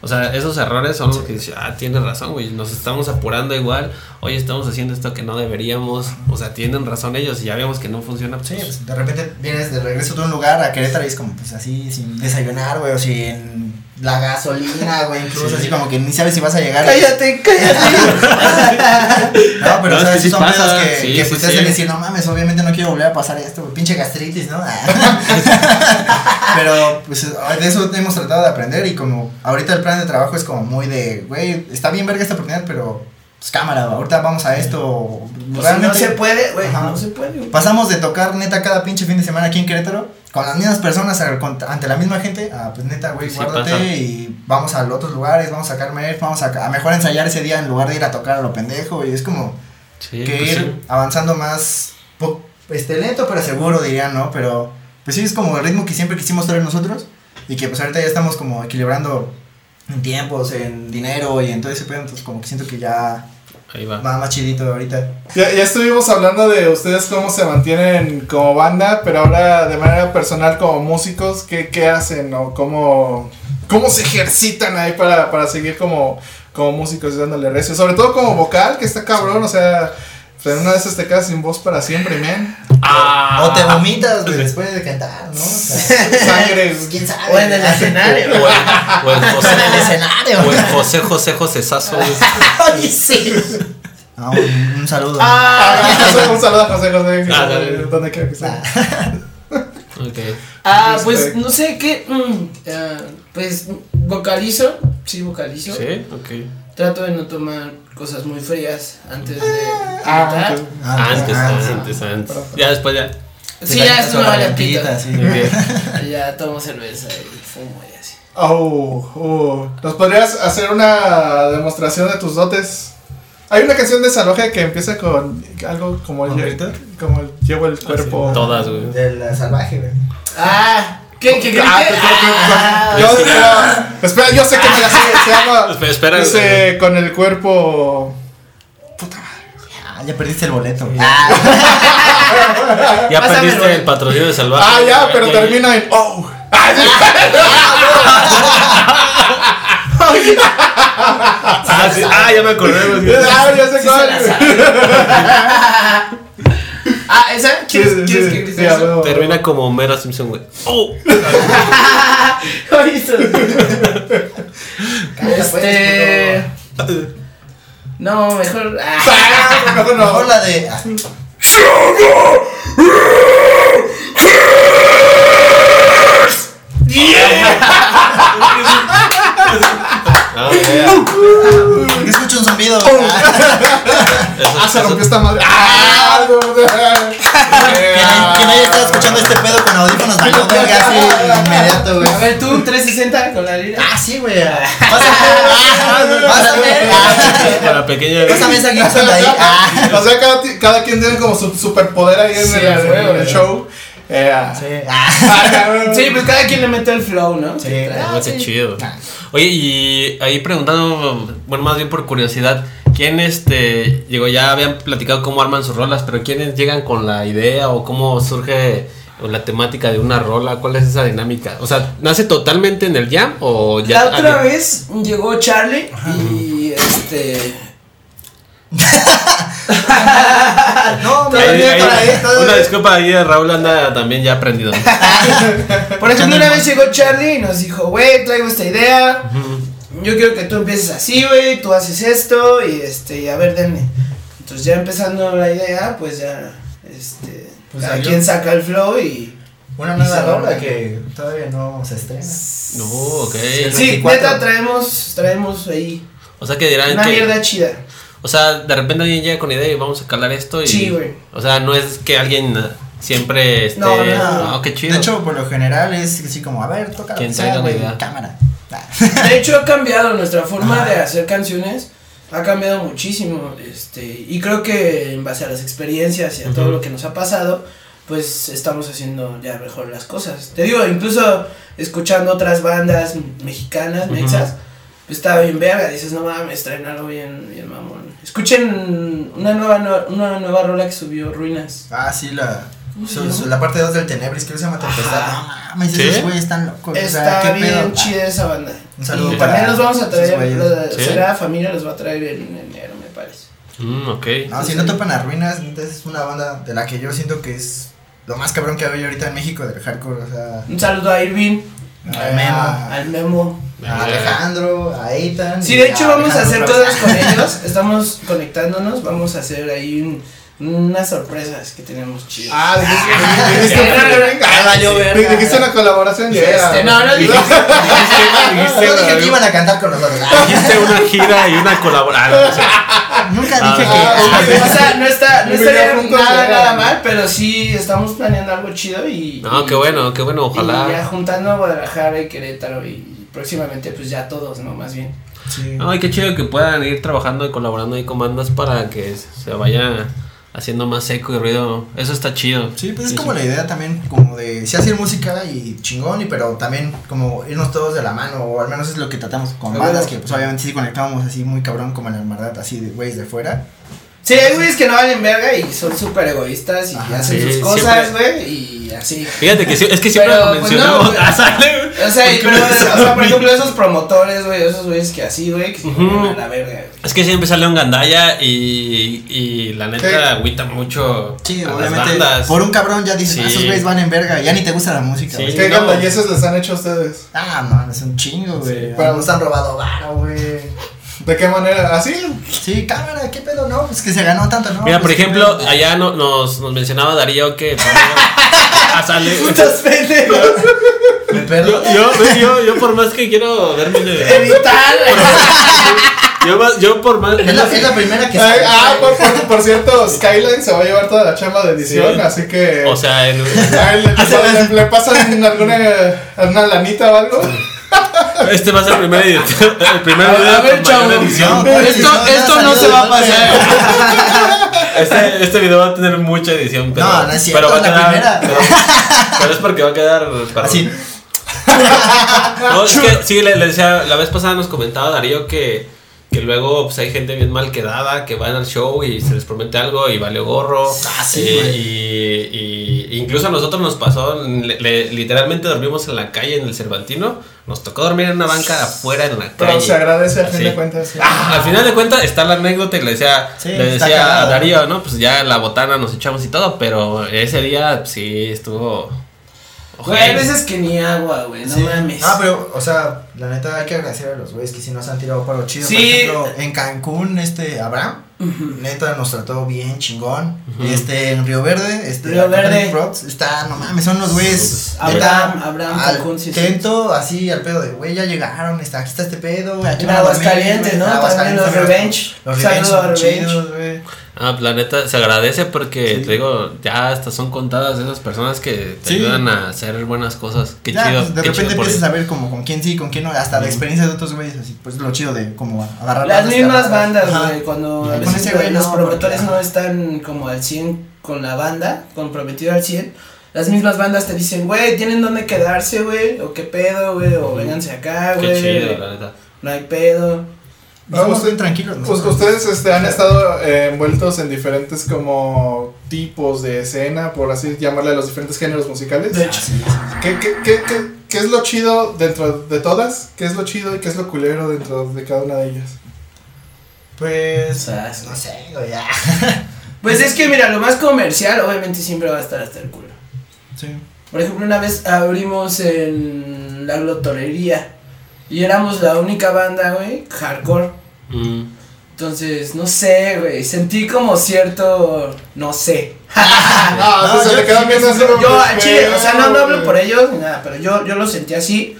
B: O sea, esos errores son los que dices, ah, tienes razón, güey. Nos estamos apurando igual. Hoy estamos haciendo esto que no deberíamos. O sea, tienen razón ellos y ya vemos que no funciona.
C: Sí,
B: pues,
C: pues, de repente vienes de regreso de un lugar a Querétaro y es como, pues así, sin desayunar, güey, o sin la gasolina, güey, incluso
B: Sí.
C: así como que ni sabes si vas a llegar.
D: Cállate, Pues, cállate.
C: No, pero
B: No,
C: o
B: es
C: sea,
B: que sí
C: esos son
B: pasa,
C: pedos que,
B: sí,
C: que
B: sí,
C: pues, te hacen
B: sí.
C: decir, no mames, obviamente no quiero volver a pasar esto, güey, pinche
B: [laughs]
C: gastritis, ¿no? pero pues de eso hemos tratado de aprender y como ahorita el plan de trabajo es como muy de, güey, está bien verga esta oportunidad, pero pues cámara, ahorita vamos a esto.
D: Pues, si no
C: Realmente
D: se puede, güey.
C: Ajá.
D: No se puede. güey.
C: pasamos de tocar neta cada pinche fin de semana aquí en Querétaro con las mismas personas al- con- ante la misma gente, ah, pues neta, güey,
B: Sí
C: guárdate
B: pasa.
C: y vamos a los otros lugares, vamos a sacar merch, vamos a, a mejor ensayar ese día en lugar de ir a tocar a lo pendejo y es como
B: sí,
C: que
B: pues,
C: ir
B: sí.
C: avanzando más po- este lento pero seguro dirían no pero pues sí es como el ritmo que siempre quisimos traer nosotros y que pues ahorita ya estamos como equilibrando en tiempos en dinero y en todo ese pedo entonces como que siento que ya
B: Ahí va.
C: va más chidito ahorita
A: Ya, ya estuvimos hablando de ustedes cómo se mantienen como banda, pero ahora de manera personal como músicos, ¿qué, qué hacen o cómo, cómo se ejercitan ahí para, para seguir como, como músicos y dándole recio? Sobre todo como vocal, que está cabrón, o sea, pues, en una de esas te quedas sin voz para siempre, men.
B: Ah.
C: o te vomitas güey, después de cantar no O sea,
A: Sangre.
C: pues, quién sabe
D: O en el escenario.
B: O el, Ah, o el
C: [laughs] o en el
B: José,
C: escenario
B: o el José José José Sazo. güey.
C: [laughs] Oye, sí. No, un, un saludo
A: Ah, José, un saludo a José José, que
B: Ah,
A: sabe
B: dale. Ah,
A: dónde quiera que sea.
B: Ok.
D: Ah,
A: Este-
D: pues no sé qué. mm, ah, pues vocalizo. Sí, vocalizo.
B: Sí, ok.
D: Trato de no tomar cosas muy frías antes de
A: Ah,
D: cantar.
A: ok.
C: Ah,
B: Antes,
C: ah,
B: antes,
C: sí.
B: antes, antes.
A: Perdón.
B: Ya después ya.
D: sí, ya es una vale
C: Lentita,
D: pito.
A: [laughs]
C: sí.
D: Y [laughs] Ya tomo cerveza y fumo y así.
A: Oh, oh. ¿Nos podrías hacer una demostración de tus dotes? Hay una canción de Saloje que empieza con algo como
C: ¿Con
A: lle-
C: grito?
A: como el llevo el cuerpo.
B: Todas, güey.
C: Del eh, salvaje, güey.
D: Ah, ¿qué? ¿Qué? Ah, qué,
A: Ah,
D: qué?
A: te- te- te- yo,
B: sí.
A: espera, espera, yo sé que me la sé, se
D: [laughs]
A: llama.
B: Espera, espera,
A: Dice con el cuerpo.
C: Ah, ya perdiste el boleto. Ah, güey.
B: Ya
D: Pásamelo,
B: perdiste
D: güey.
B: el patrocinio de Salvaje.
A: Ah, ya,
B: güey.
A: pero
B: Ahí-
D: Ah,
A: termina en. Oh. Ah, sí.
B: Ah, sí. Ah, ya me acordé. güey.
A: [laughs] [laughs] Ah, ya sé
D: Sí se la
A: cuál.
D: sabe. ah, ¿esa? ¿Quieres,
A: Sí, sí,
D: ¿quieres
A: sí. Sí,
D: que grite
A: a
D: eso?
A: huevo.
B: Termina como Mera Simpson, güey. ¡Oh!
D: [laughs] Ahorita.
A: [laughs]
C: Canta, pues,
D: este. No, mejor. ah,
A: Ah, mejor
C: puto. O
A: no.
C: la de. ah,
B: Ah, yeah. [laughs]
C: ¿Por qué escucho un zumbido?
A: Ah, se rompió
B: [laughs]
A: esta madre. Ah, no,
D: [laughs]
A: no.
C: Quien
A: Ah.
C: quien haya estado escuchando este pedo con audífonos valió verga así inmediato, güey.
D: A ver, tú, 360 con la lira.
C: Ah, sí, [laughs] güey. Pásame. Pásame. Ah,
B: Para pequeña.
C: Pásame esa
A: [laughs]
C: Gibson de ahí. Ah.
A: O sea, cada, ti- cada quien tiene como su superpoder ahí en
D: Sí,
A: el,
D: a huevo,
A: en el
D: güey.
A: show. Eh, ah.
C: Sí. Ah.
A: Ah, cabrón.
D: Sí, pues cada quien le mete el flow, ¿no?
C: Sí.
B: Ah, qué chido. Oye, y ahí preguntando, bueno, más bien por curiosidad, ¿quién este, digo, ya habían platicado cómo arman sus rolas, pero quiénes llegan con la idea o cómo surge o la temática de una rola? ¿Cuál es esa dinámica? O sea, ¿nace totalmente en el jam o ya?
D: La otra
B: alguien-
D: vez llegó Charlie y este.
C: No,
B: Ahí-
C: me
B: ahí-
C: para ahí. todo
B: una
C: bien.
B: disculpa ahí, Raúl anda también ya aprendido.
D: [laughs] Por ejemplo, una vez llegó Charlie y nos dijo, güey, traigo esta idea. Yo quiero que tú empieces así, güey, tú haces esto y este, y a ver, denme. Entonces ya empezando la idea, pues ya, este,
C: Pues
D: cada
C: salió.
D: quien saca el flow y...
C: Una
D: Y
C: nueva
D: se
C: rola
D: arma.
C: que todavía no se estrena.
B: No, ok.
C: El
D: Sí,
C: 24.
D: neta, traemos, traemos ahí
B: O sea, que dirán
D: una
B: que...
D: mierda chida.
B: O sea, de repente alguien llega con idea y vamos a calar esto y...
D: Sí, güey.
B: O sea, no es que alguien eh, siempre esté...
D: No, no.
B: Ah, qué chido.
C: De hecho, por lo general es así como, a ver, toca
B: Quien
C: la
B: traiga una
C: güey,
B: idea.
C: cámara. [laughs] Ah.
D: De hecho, ha cambiado nuestra forma de hacer canciones. Ha cambiado muchísimo. Este, y creo que en base a las experiencias y a todo
B: Ujú.
D: lo que nos ha pasado, pues estamos haciendo ya mejor las cosas. Te digo, incluso escuchando otras bandas mexicanas,
B: Ujú.
D: mexas, pues estaba bien verga. Dices, no mames, traen algo bien, bien mamón. Escuchen una nueva, no- una nueva rola que subió, Ruinas.
C: Ah, sí, la,
D: ¿Cómo se
C: su-
D: llama?
C: su- la parte 2 del Tenebris, creo que se llama Tempestad. Ah, No mames,
B: ¿Sí?
C: esos güeyes están locos.
D: Está
C: Pues, o sea, qué
D: bien
C: pedo.
D: chida esa banda.
C: Un saludo
D: y
C: para
D: también los vamos a
C: esos
D: traer,
C: güeyes.
D: la
B: Sí.
D: Sagrada Familia los va a traer en enero, me parece.
B: Mm, ok.
C: No, si no topan a Ruinas, entonces es una banda de la que yo siento que es lo más cabrón que hay ahorita en México del hardcore. O sea,
D: Un saludo a Irving,
C: a
A: Eh,
C: Memo, a,
D: al Memo.
C: Alejandro, a Eitan.
D: Sí,
C: y
D: de
C: a
D: hecho vamos a hacer
C: Alejandro
D: cosas
C: Pérez.
D: con ellos. Estamos conectándonos, vamos a hacer ahí un- unas sorpresas que tenemos chidas.
A: Ah, dijiste-
D: Sí, no, no, no,
A: dijiste-
D: ah, valió verga.
A: Dijiste una colaboración y
D: Este, no, no dije.
C: [laughs] Yo
D: Ah,
C: dije que iban a cantar con nosotros. Ah,
B: Hiciste una gira y una
D: [laughs]
B: colaboración.
C: Nunca
B: Ah,
C: dije
A: ah,
C: que.
A: ah,
C: Ah,
D: O sea, no está, no
A: Un
D: estaría
A: video juntos,
D: nada,
A: eh.
D: nada mal, pero sí estamos planeando algo chido y.
B: No,
D: y-
B: qué bueno, qué bueno,
D: Y ya
B: ojalá.
D: juntando a Guadalajara y Querétaro y próximamente pues ya todos, ¿no? Más bien.
C: sí.
B: Ay, qué chido que puedan ir trabajando y colaborando ahí con bandas para que se vaya haciendo más seco y ruido. Eso está chido.
C: Sí, pues es como la idea también, como de sí hacer música y chingón, y pero también como irnos todos de la mano, o al menos es lo que tratamos con
D: Ah,
C: bandas,
D: bueno.
C: que pues obviamente sí conectábamos así muy cabrón como en la hermandad, así de güeyes de fuera.
D: Sí, hay güeyes que no valen verga y son súper egoístas y
C: Ajá,
D: hacen
B: sí,
D: sus cosas, güey, y así.
B: Fíjate que sí- es que siempre
D: Pero,
B: lo
D: pues,
B: mencionamos.
D: no, güey.
B: Ah, sale.
D: O sea, y
B: ¿Por qué
D: pero,
B: me
D: o
B: dices
D: sea,
B: a
D: por
B: mí?
D: ejemplo, esos promotores, güey, esos güeyes que así, güey, que se
B: Ujú.
D: ponen a la verga, güey.
B: [laughs] Es que siempre sale un gandalla y, y la neta
A: Sí.
B: agüita mucho
C: Sí,
B: a las
C: obviamente
B: bandas.
C: por un cabrón ya dicen,
B: Sí.
C: "Ah, esos güeyes van en verga, ya ni te gusta la música,
B: Sí.
C: güey.
A: ¿Qué
B: No.
A: gandayeses les han hecho a ustedes?
C: Ah, man, es un chingo, güey.
A: Sí.
C: Pero nos han robado varo, güey.
A: ¿De qué manera? ¿Ah, ¿Así?
C: Sí, cámara, qué pedo, ¿no? Pues que se ganó tanto, ¿no?
B: Mira, por
C: Pues, qué
B: ejemplo,
C: pedo.
B: allá no- nos, nos mencionaba Darío que... Ah, sale.
D: Putos pendejos.
C: Me
B: Yo,
C: perdonas?
B: yo, yo, yo por más que quiero verme de...
D: Evitar.
B: Yo, más- yo por más...
C: Es la, es la primera que
A: Ay,
C: sale.
A: ah, por, por- por cierto, Skyline se va a llevar toda la chamba de edición,
B: Sí.
A: así que.
B: O sea, el-
A: Ay,
D: [laughs]
A: le, le- le pasan alguna una lanita o algo.
B: este va a ser el primer video. [laughs] El primer
D: A
B: video con mayor
D: ver, chavos.
B: edición.
C: No, pues,
D: Esto,
C: no,
D: esto
C: salió
D: no se
C: de
D: va a
C: golpe.
D: pasar.
A: [laughs]
B: Este, este video va a tener mucha edición, pero...
C: No, no es cierto,
B: pero va a
C: es la
B: quedar-
C: primera.
B: Pero, pero es porque va a quedar... para-
C: Así.
B: [laughs] No, es que sí, le, le decía, la vez pasada nos comentaba Darío que, que luego pues, hay gente bien mal quedada que van al show y se les promete algo y vale gorro.
C: Ah, sí,
B: eh,
C: güey.
B: y, y, Incluso a nosotros nos pasó, le- le- literalmente dormimos en la calle en el Cervantino. Nos tocó dormir en una banca afuera en la
A: Pero
B: calle.
A: se agradece al fin
B: Así.
A: de cuentas. sí. Ah,
B: Al final de cuentas está la anécdota y le decía,
C: Sí,
B: le
C: está
B: decía a
C: cagado.
B: Darío, ¿no? Pues ya la botana nos echamos y todo, pero ese día sí estuvo.
D: Güey, hay veces que ni agua, güey, no
C: Sí.
D: mames.
C: Ah, pero, o sea, la neta hay que agradecer a los güeyes que si nos han tirado paro chido.
D: Sí.
C: Por ejemplo, en Cancún, este, Abraham, neta nos trató bien chingón. Este, en Río Verde, este,
D: Río
C: Acapulco
D: Verde.
C: Rocks, está, no mames, son los güeyes.
D: Abraham,
C: neta,
D: Abraham,
C: al
D: Cancún, sí, sí.
C: Tento, así al pedo de, güey, ya llegaron, está, aquí está este pedo, güey. aquí
D: En
C: van a dormir,
D: Aguascalientes, ¿no?
C: güey, en
D: También los
C: también
D: Revenge.
C: Los Revenge
D: Saludos a
C: son
D: Revenge.
C: chidos, güey.
B: Ah, planeta, se agradece porque
C: Sí.
B: te digo, ya hasta son contadas esas personas que te
C: Sí.
B: ayudan a hacer buenas cosas. Qué
C: Ya,
B: chido.
C: pues, de
B: qué chido
C: repente
B: por ellos.
C: empiezas a ver como con quién sí, con quién no, hasta la
B: Ujú.
C: experiencia de otros güeyes, así, pues lo chido de como agarrar
D: Las mismas
C: carradas.
D: bandas,
C: Ajá.
D: güey, cuando a
C: Con
D: veces
C: ese güey
D: los
C: no,
D: promotores
C: porque-
D: no están como al 100 con la banda, comprometido al 100, las mismas bandas te dicen, güey, tienen dónde quedarse, güey, o qué pedo, güey, o vénganse acá,
B: Qué chido,
D: güey,
B: la neta.
D: no hay pedo.
C: Vamos
A: Vamos,
C: bien tranquilos.
A: Pues
C: nosotros.
A: ustedes este, han estado eh, envueltos en diferentes como tipos de escena, por así llamarle a los diferentes géneros musicales.
D: De hecho,
A: ¿Qué, qué, qué, qué, qué es lo chido dentro de todas? ¿Qué es lo chido y qué es lo culero dentro de cada una de ellas?
D: o
C: Pues,
D: sea,
C: no sé, güey, ya.
D: pues es que mira, lo más comercial obviamente siempre va a estar hasta el culo.
C: Sí.
D: Por ejemplo, una vez abrimos en la glotorería y éramos la única banda, güey, hardcore.
B: Mm.
D: Entonces, no sé, güey, sentí como cierto, no sé.
A: Ah,
C: No,
D: pues
A: o sea, se
C: yo
A: le quedan
C: sí,
A: viendo
C: sí,
A: así
C: sí,
A: como
D: Yo,
A: que,
D: al chile, o sea, no, no hablo
A: güey.
D: por ellos ni nada, pero yo, yo lo sentí así.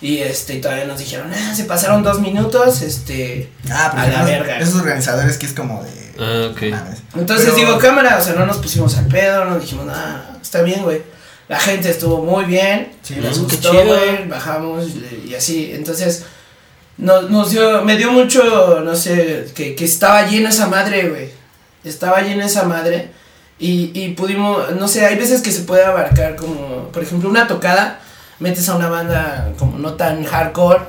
D: Y este, y todavía nos dijeron, ah, se pasaron dos minutos, este.
C: Ah, pero
D: A la
C: esos-
D: verga.
C: Esos organizadores que es como de.
B: Ah, ok.
C: mames.
D: Entonces
C: Pero-
D: digo, cámara, o sea, no nos pusimos al pedo, no dijimos, nada, está bien, güey. La gente estuvo muy bien,
C: Sí,
D: nos
B: mm, qué
D: gustó,
B: chido.
D: güey, bajamos y- y así. Entonces, nos, nos dio, me dio mucho, no sé, que, que estaba llena esa madre, güey. Estaba llena esa madre. Y, y pudimos, no sé, hay veces que se puede abarcar como, por ejemplo, una tocada, metes a una banda como no tan hardcore,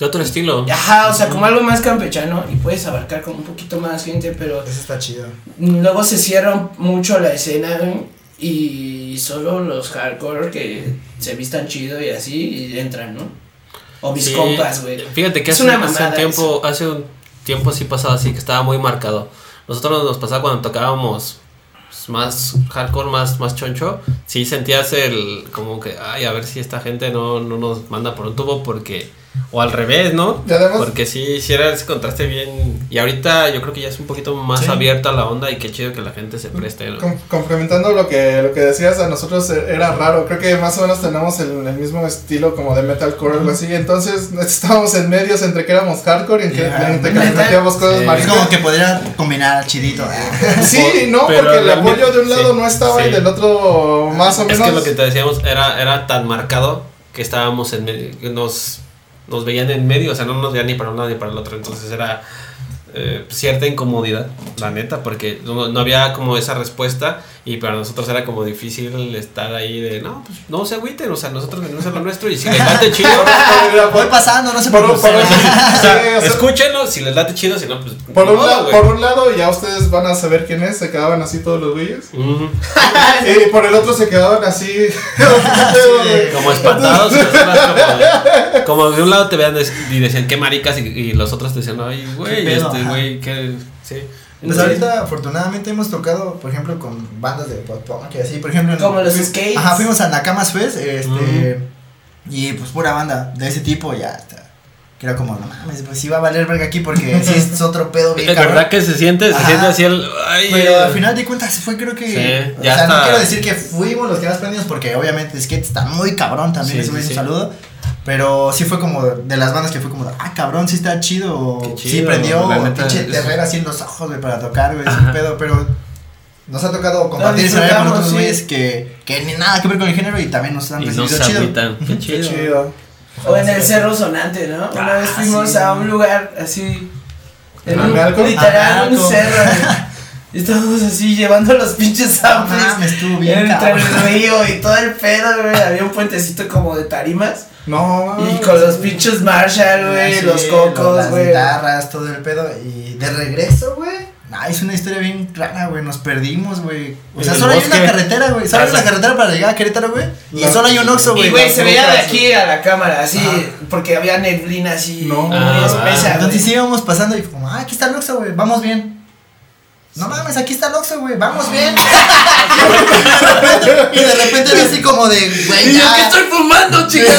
B: De otro estilo.
D: ajá, o sea, como algo más campechano y puedes abarcar con un poquito más gente, pero
C: Eso está chido.
D: Luego se cierra mucho la escena güey, y solo los hardcore que se vistan chido y así y entran, ¿no? O mis
B: Sí,
D: compas, güey.
B: Fíjate que
D: Es
B: hace,
D: una
B: hace un
D: mamada
B: tiempo, hace un tiempo sí pasaba así, que estaba muy marcado. Nosotros nos pasaba cuando tocábamos pues, más hardcore, más, más choncho, sí sentías el como que, ay, a ver si esta gente no, no nos manda por un tubo porque, o al revés, ¿no?
A: Y además-
B: Porque sí hiciera ese contraste bien, y ahorita yo creo que ya es un poquito más
C: Sí.
B: abierta la onda y qué chido que la gente se preste, ¿no?
A: Com- complementando lo que, lo que decías, a nosotros e- era raro. Creo que más o menos tenemos el, el mismo estilo como de metalcore o algo así. Entonces estábamos en medios entre que éramos hardcore y en que-
C: Yeah.
A: entre que nos
D: Metal.
A: metíamos cosas
B: Sí.
C: Es
A: maricas.
C: como que podría combinar chidito.
D: [laughs]
C: ah.
A: Sí, no,
B: Pero
A: porque el
B: realmente-
A: apoyo de un lado
B: sí,
A: no estaba
B: sí.
A: y del otro más o
B: Es
A: menos.
B: que lo que te decíamos era, era tan marcado que estábamos en medio, que nos, nos veían en medio, o sea, no nos veían ni para un lado ni para el otro, entonces era eh, cierta incomodidad, la neta, porque no, no había como esa respuesta y para nosotros era como difícil estar ahí de, no, pues no se agüiten, o sea, nosotros venimos a lo nuestro y si les late chido,
A: Era
C: Voy
A: por-
C: pasando, no sé
A: Por-
C: por
A: por-
B: [laughs]
C: qué.
B: o sea,
A: [laughs] Sí, o sea,
B: escúchenlo, si les late chido, si no, pues...
A: Por
B: ni
A: un,
B: modo,
A: lado,
B: güey.
A: por un lado, ya ustedes van a saber quién es, se quedaban así todos los güeyes.
B: Ujú. Ah,
A: Y por el otro se quedaban así. [laughs]
B: Como espantados, personas como, como de un lado te vean des- y decían qué maricas y, y los otros te decían, ay, güey,
C: Qué pedo,
B: este
C: ajá.
B: güey, qué. Sí.
C: Pues
B: Sí.
C: ahorita afortunadamente hemos tocado, por ejemplo, con bandas de pop punk y así, por ejemplo. en-
D: Como los
C: fuimos-
D: skates.
C: Ajá, fuimos a Nakamas Fest, este, y pues pura banda de ese tipo ya está. Que era como, no mames, pues sí va a valer verga aquí porque sí es
B: [laughs]
C: otro pedo bien
B: Es
C: cabrón.
B: verdad que se siente, se
C: Ajá.
B: siente así el. Ay,
C: Pero
B: eh,
C: al final de cuentas fue creo que...
B: Sí,
C: o
B: ya
C: sea, no
B: está.
C: quiero decir que fuimos los que más prendidos porque obviamente Skate está muy cabrón también,
B: Sí,
C: les voy
B: sí,
C: un
B: sí.
C: saludo. Pero sí fue como de las bandas que fue como, ah, cabrón, sí está chido.
B: Qué
C: sí
B: chido,
C: prendió
B: la neta,
C: pinche
B: eso.
C: terrera así en los ojos, güey, para tocar, güey,
B: Ajá.
C: sin pedo, pero... Nos ha tocado compartir ese horario con
D: disfrutamos,
C: otros
D: sí.
C: güeyes que, que ni nada que ver con el género y también nos han
B: Y no
C: recibido
B: se
C: chido.
B: agüitan. Qué
A: Qué
B: chido.
A: chido.
D: O en el Cerro Sonante, ¿no? Una
C: Ah,
D: vez fuimos
C: sí.
D: a un lugar así. En un,
A: ¿Analco?
D: literal, un
C: Analco.
D: cerro.
C: [laughs]
D: güey. Y estábamos así llevando los pinches
C: No
D: samples.
C: mames, estuvo bien
D: entre
C: cabrón.
D: el río y todo el pedo, güey. Había un puentecito como de tarimas.
A: No.
D: Y con los pinches Marshall, güey,
C: Sí,
D: los cocos,
C: Las
D: güey.
C: guitarras, todo el pedo. Y de regreso, güey. Nah, es una historia bien rara, güey. Nos perdimos, güey. O sea,
A: En el
C: solo hay
A: bosque.
C: una carretera, güey. Solo hay una
B: Ajá.
C: carretera para llegar a Querétaro, güey. Y
A: La-
C: solo hay un Oxxo, güey.
D: Y güey, se veía de
C: Nosotras,
D: aquí a la cámara, así,
C: Ajá.
D: porque había neblina así,
A: No,
D: muy
B: ah,
D: espesa,
C: Entonces
D: güey.
C: sí íbamos pasando y fue como, ah, aquí está el Oxxo, güey, vamos bien. No mames, aquí está el Oxxo, güey, vamos
D: [laughs]
C: bien. y de repente era así como de, güey,
D: Y yo que
C: ya.
D: estoy fumando,
C: Y
D: chicas.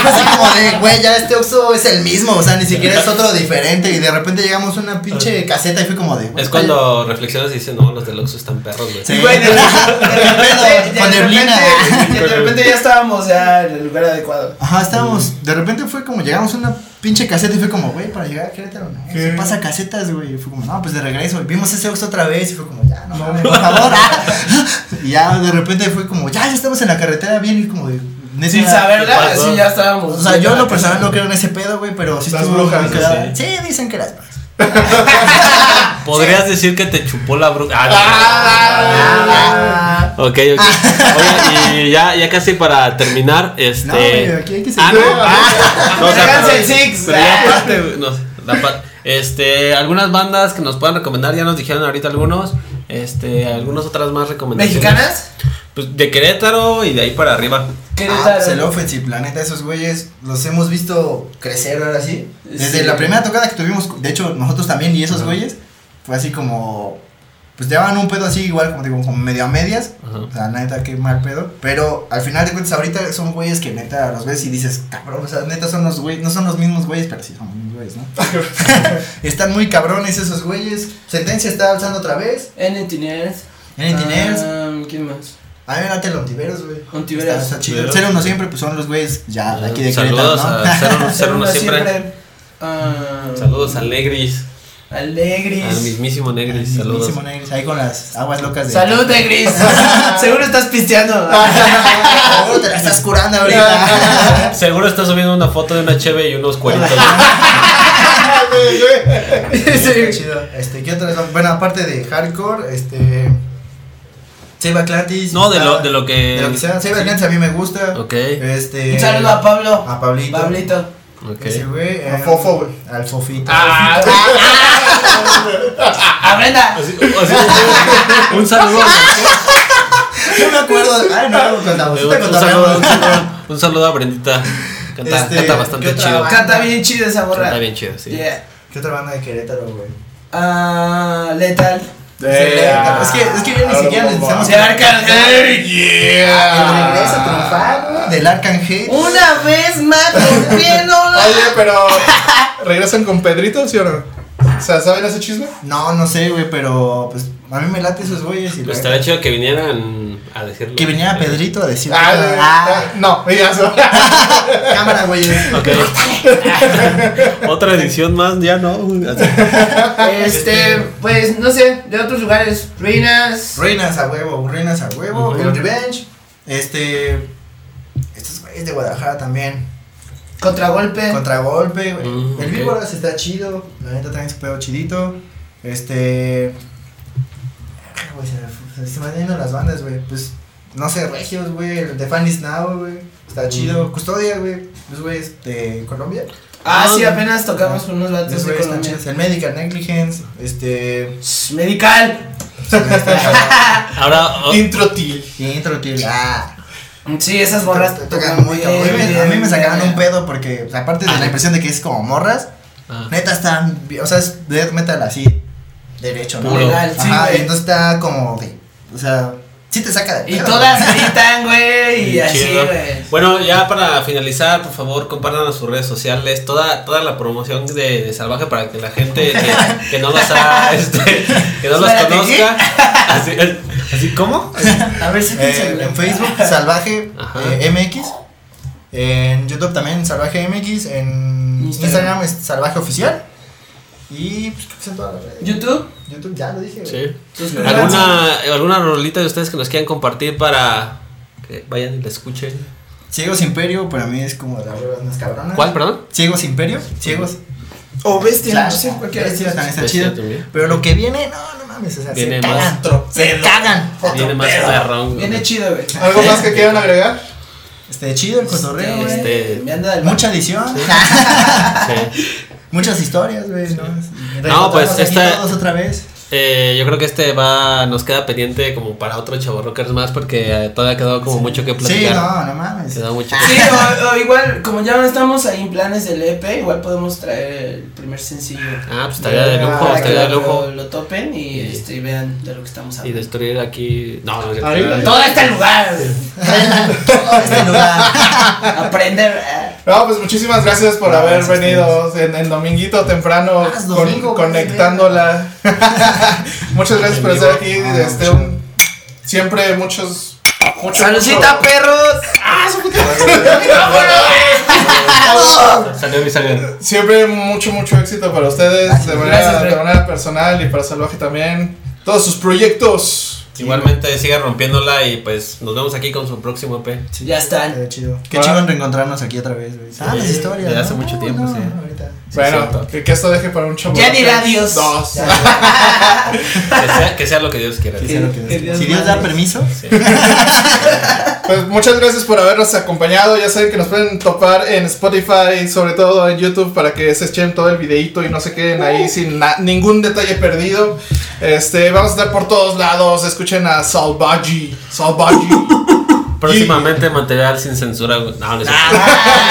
C: fue así como de, güey, ya este Oxxo es el mismo, o sea, ni siquiera es otro diferente. Y de repente llegamos a una pinche caseta y fue como de.
B: Es cuando reflexionas y dices, no, los del Oxxo están perros, güey.
C: Sí.
D: Y güey, de, de repente,
C: Con
D: de
C: neblina.
D: repente- de repente ya estábamos ya en el lugar adecuado.
C: Ajá, estábamos.
B: Mm.
C: De repente fue como llegamos a una pinche caseta y fue como, güey, para llegar a Querétaro, no. Se
A: ¿Qué?
C: pasa casetas, güey. Y fue como, no, pues de regreso. Y vimos ese Oxxo otra vez y fue como, ya, no, mames, por favor. ah. y ya de repente fue como, ya, ya estamos en la carretera bien y como de. neta,
D: Sin saberla,
B: pasó?
D: sí, ya estábamos.
C: O sea, yo en lo personal no creo en ese pedo, güey, pero sí
A: Las
C: estuvo
A: brujas,
C: muy cagada.
B: sí.
C: Sí, dicen que las brujas.
B: Podrías decir que te chupó la bruja. Ah, no.
C: Ah.
B: Ok, ok. Oye, y ya, ya casi para terminar, este.
C: No, güey, aquí hay que
B: Ah,
C: seguir.
B: no.
A: Ah.
B: No, o sea,
D: Háganse
B: pero-
D: el six.
B: pero
C: Ah.
B: ya aparte, güey, no, la pa- este, algunas bandas que nos puedan recomendar, ya nos dijeron ahorita algunos. Este, algunas otras más recomendaciones.
D: ¿Mexicanas?
B: Pues de Querétaro y de ahí para arriba.
C: Ah, pues el
D: Querétaro.
C: Offensive, la neta, esos güeyes los hemos visto crecer ahora sí. Desde
D: Sí.
C: la primera tocada que tuvimos, de hecho, nosotros también y esos güeyes, fue así como. Pues llevaban un pedo así, igual, como digo, como medio a medias.
B: Ajá.
C: O sea, neta, qué mal pedo. Pero al final de cuentas, ahorita son güeyes que neta los ves y dices, cabrón, o sea, neta son los güeyes, no son los mismos güeyes, pero sí son los mismos güeyes, ¿no? [laughs] Están muy cabrones esos güeyes. Sentencia está alzando otra vez.
D: N-Tiners.
C: En Diners.
D: Ah, ¿Quién más?
C: A mí me late Ah, el Ontiveros, güey.
D: Ontiveros.
C: Está, está chido.
B: Pero-
C: Cero uno siempre, pues son los güeyes ya de aquí de Querétaro,
B: Saludos
C: ¿no? [laughs]
B: a Cero Uno- Cero Uno
D: Saludos
B: siempre.
D: Ah,
B: Saludos a Negris, al
D: Alegris.
B: mismísimo Negris,
C: Al
B: saludos.
C: mismísimo Negris, Ahí con las aguas locas de.
B: [laughs]
D: Salud,
C: [laughs]
D: eh. Negris. Seguro estás pisteando.
B: Ah,
C: Oh, te la estás curando
D: [laughs]
C: [laughs] ahorita.
B: [laughs] Seguro está subiendo una foto de una cheve y unos
C: [laughs]
B: cueritos.
C: Está chido. Este, ¿qué otras son? Bueno, aparte de hardcore, este. Save Atlantis.
B: No, de
C: está-
B: lo, de lo que.
C: de lo que sea. Save Atlantis a mí me gusta.
B: Ok,
C: Este.
D: Un saludo a Pablo.
C: A Pablito.
D: Pablito.
B: ok.
C: Ese güey.
A: A
C: eh,
A: Fofo, güey.
C: Al Fofito.
B: Ah.
D: [laughs] Ah. A Brenda.
B: Así- así- [laughs] un saludo.
C: [laughs] [laughs] Yo me acuerdo. Ay, no,
D: [laughs]
C: lo contamos.
B: Un,
C: te
B: un
C: contamos.
B: saludo, un saludo, [laughs] un saludo a Brendita. Canta,
C: Este,
B: canta
C: ¿qué
B: bastante
C: otra
B: chido.
C: banda?
D: Canta bien chido esa morra.
B: Canta bien chido, sí.
D: Yeah.
C: ¿Qué otra banda de Querétaro, güey?
D: Ah, letal.
B: ah.
A: Yeah.
C: Es que- es que yo ni
A: Ahora
C: siquiera
A: vamos.
C: necesitamos-
D: Se arca.
A: Hey, yeah.
C: El regreso triunfal, güey, Del Arcángel.
D: Una vez más rompiendo la-
A: Oye, pero ¿regresan con Pedrito, sí o no? O sea, ¿saben ese chisme?
C: No, no sé, güey, pero pues a mí me late esos güeyes. Y la
B: Pues estaría
C: neta,
B: chido que vinieran a decirlo.
C: que viniera Pedrito a decir.
A: Ah,
C: Ah,
A: no, ya eso.
C: cámara, güey.
B: Ok. Otra edición más, ya no. Así.
D: Este, pues no sé, de otros lugares, ruinas.
C: Reinas a huevo, reinas a huevo.
B: Ujú.
C: El Revenge. Este. Estos güeyes de Guadalajara también.
D: Contragolpe.
C: Contragolpe, güey.
B: Mm,
C: el
B: ok.
C: Víboras está chido. La neta trae su pedo chidito. Este. ah, güey, se me fu- se me van yendo las bandas, güey. Pues, no sé, Regios, güey. El de Fanny's Now, güey.
B: Mm.
C: Está chido. Custodia, güey. Los güeyes de Colombia.
D: Ah, sí,
B: Ah,
D: apenas tocamos con unos
C: Los
D: latos de
C: güeyes están
D: Colombia.
C: chidos. El Medical Negligence.
B: [laughs]
C: Este.
D: Shh, Medical.
B: Ahora, oh, o-
A: Intro til.
C: Intro, tío. Ah,
D: Sí, esas borras.
C: tocan muy cabrón. A mí me- A mí me sacaron un pedo porque, o sea, aparte de
B: Ah.
C: la impresión de que es como morras,
B: ah,
C: neta están. bien- O sea, es death metal así. Derecho, ¿no?
B: Puro.
D: Legal, sí,
C: Ajá, y
D: güey.
C: entonces está como de. O sea, sí te saca de.
D: Y
C: pedo,
D: todas gritan, güey, y
B: chido.
D: así, güey.
B: Bueno, ya para finalizar, por favor, compartan a sus redes sociales toda, toda la promoción de, de Salvaje para que la gente que, que no los ha, [laughs] este, que no los
D: Espérate,
B: conozca. Así, así ¿cómo?
D: A ver si
C: güey. Eh, en Facebook,
D: [laughs]
C: Salvaje
B: Ajá.
C: eh, MX. En YouTube también, Salvaje MX. En
D: Instagram.
C: Instagram es Salvaje Oficial. Y pues creo que son todas las redes.
D: YouTube.
C: YouTube ya lo dije. güey.
B: Sí.
D: suscríbanse.
B: ¿Alguna, ¿Alguna rolita de ustedes que nos quieran compartir para que vayan y la escuchen?
C: Ciegos Imperio para mí es como de las rolas más cabronas.
B: ¿Cuál, perdón?
C: Ciegos Imperio, Ciegos.
D: O bestia,
C: Claro,
D: no sé, cualquiera.
C: Bestia también está
B: Bestia
C: chido.
B: también.
C: Pero lo que viene, no, no mames, o sea,
B: Viene
C: se
B: más.
C: cagan, tro- se cagan.
B: Viene más
D: pedo.
B: perrón. güey.
D: Viene chido, güey.
A: ¿Algo más que quieran agregar?
C: Este chido el cotorreo, Ah, güey.
B: Este-
D: Me anda del
C: Mucha edición,
B: Sí.
C: muchas historias, güey. ¿no?
B: No, pues,
C: Reencontrarnos aquí
B: esta-
C: todos otra vez.
B: Eh, yo creo que este va, nos queda pendiente como para otro chavo rockers más porque eh, todavía ha quedado como mucho que
C: Sí,
B: platicar.
C: no, no mames.
B: Quedó mucho.
D: Sí, o, o igual, como ya no estamos ahí en planes del EP, igual podemos traer el primer sencillo.
B: Ah, pues estaría de lujo,
D: Para que
B: estaría de
D: lo,
B: lujo.
D: lo topen y,
B: Y-
D: este, y vean de lo que estamos
B: Y
D: hablando.
B: destruir aquí. No, no, no.
A: Ahí-
D: Todo este lugar,
C: Todo este
B: [laughs]
C: lugar.
D: aprender. eh.
A: No, pues muchísimas gracias por
C: No,
A: haber
C: gracias,
A: venido en, en dominguito temprano
C: Ah, es
A: con-
C: domingo, güey.
A: conectándola. [laughs] Muchas gracias por
B: En
A: estar
B: vivo.
A: aquí.
C: Ah,
A: este,
C: mucho.
A: un- siempre muchos. mucho,
D: ¡Salucita,
A: mucho-
D: perros!
C: Ah,
D: [laughs]
B: Salió mi salió.
A: Siempre mucho, mucho éxito para ustedes de, manera,
D: gracias,
A: de
D: Rick.
A: manera personal y para Salvaje también. Todos sus proyectos.
B: Igualmente siga rompiéndola y pues nos vemos aquí con su próximo EP.
D: Ya están.
C: Qué chido. Qué
A: Ah.
C: chingón reencontrarnos aquí otra vez, güey. Ah, las
B: Sí,
C: historias.
B: de hace
C: ¿no?
B: mucho
C: No,
B: tiempo,
C: no,
B: sí.
C: no,
B: [laughs]
C: ahorita.
A: Bueno,
B: cierto.
A: que, que esto deje para un chavo.
D: Ya dirá
A: rockers.
D: Dios.
A: Dos.
C: Ya, ya,
B: Que sea, que sea lo que Dios quiera.
C: [laughs] que sea lo que
D: Que
C: Dios quiera.
D: Dios
C: Si Dios
D: mande.
C: da permiso.
B: Sí.
A: [laughs] Pues muchas gracias por habernos acompañado. Ya saben que nos pueden topar en Spotify, sobre todo en YouTube, para que se echen todo el videito y no se queden
D: Uh.
A: ahí sin na- ningún detalle perdido. Este, vamos a estar por todos lados. Escuchen a Salvaggi.
D: [laughs]
A: Salvaggi.
B: Próximamente material sin censura. No, no es cierto.
C: Ah,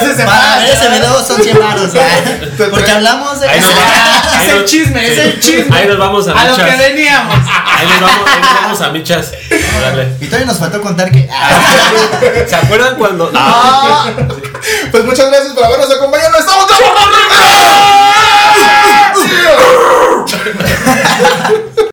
C: ese
A: Ese
C: se paga, ¿no?
A: se
C: Para
A: paga.
C: ver ese video son 100 varos, ¿eh? Porque hablamos de.
B: Ahí nos va. Ahí
D: Es el
B: nos-
D: chisme, es el chisme.
B: Ahí nos vamos a
D: A lo que
B: michas.
D: veníamos.
B: Ahí nos vamos, ahí nos vamos a michas. Órale.
C: Y todavía nos faltó contar que. ah,
B: ¿Se acuerdan cuando.? No.
D: Ah.
A: [laughs] Pues muchas gracias por habernos acompañado. ¡Estamos de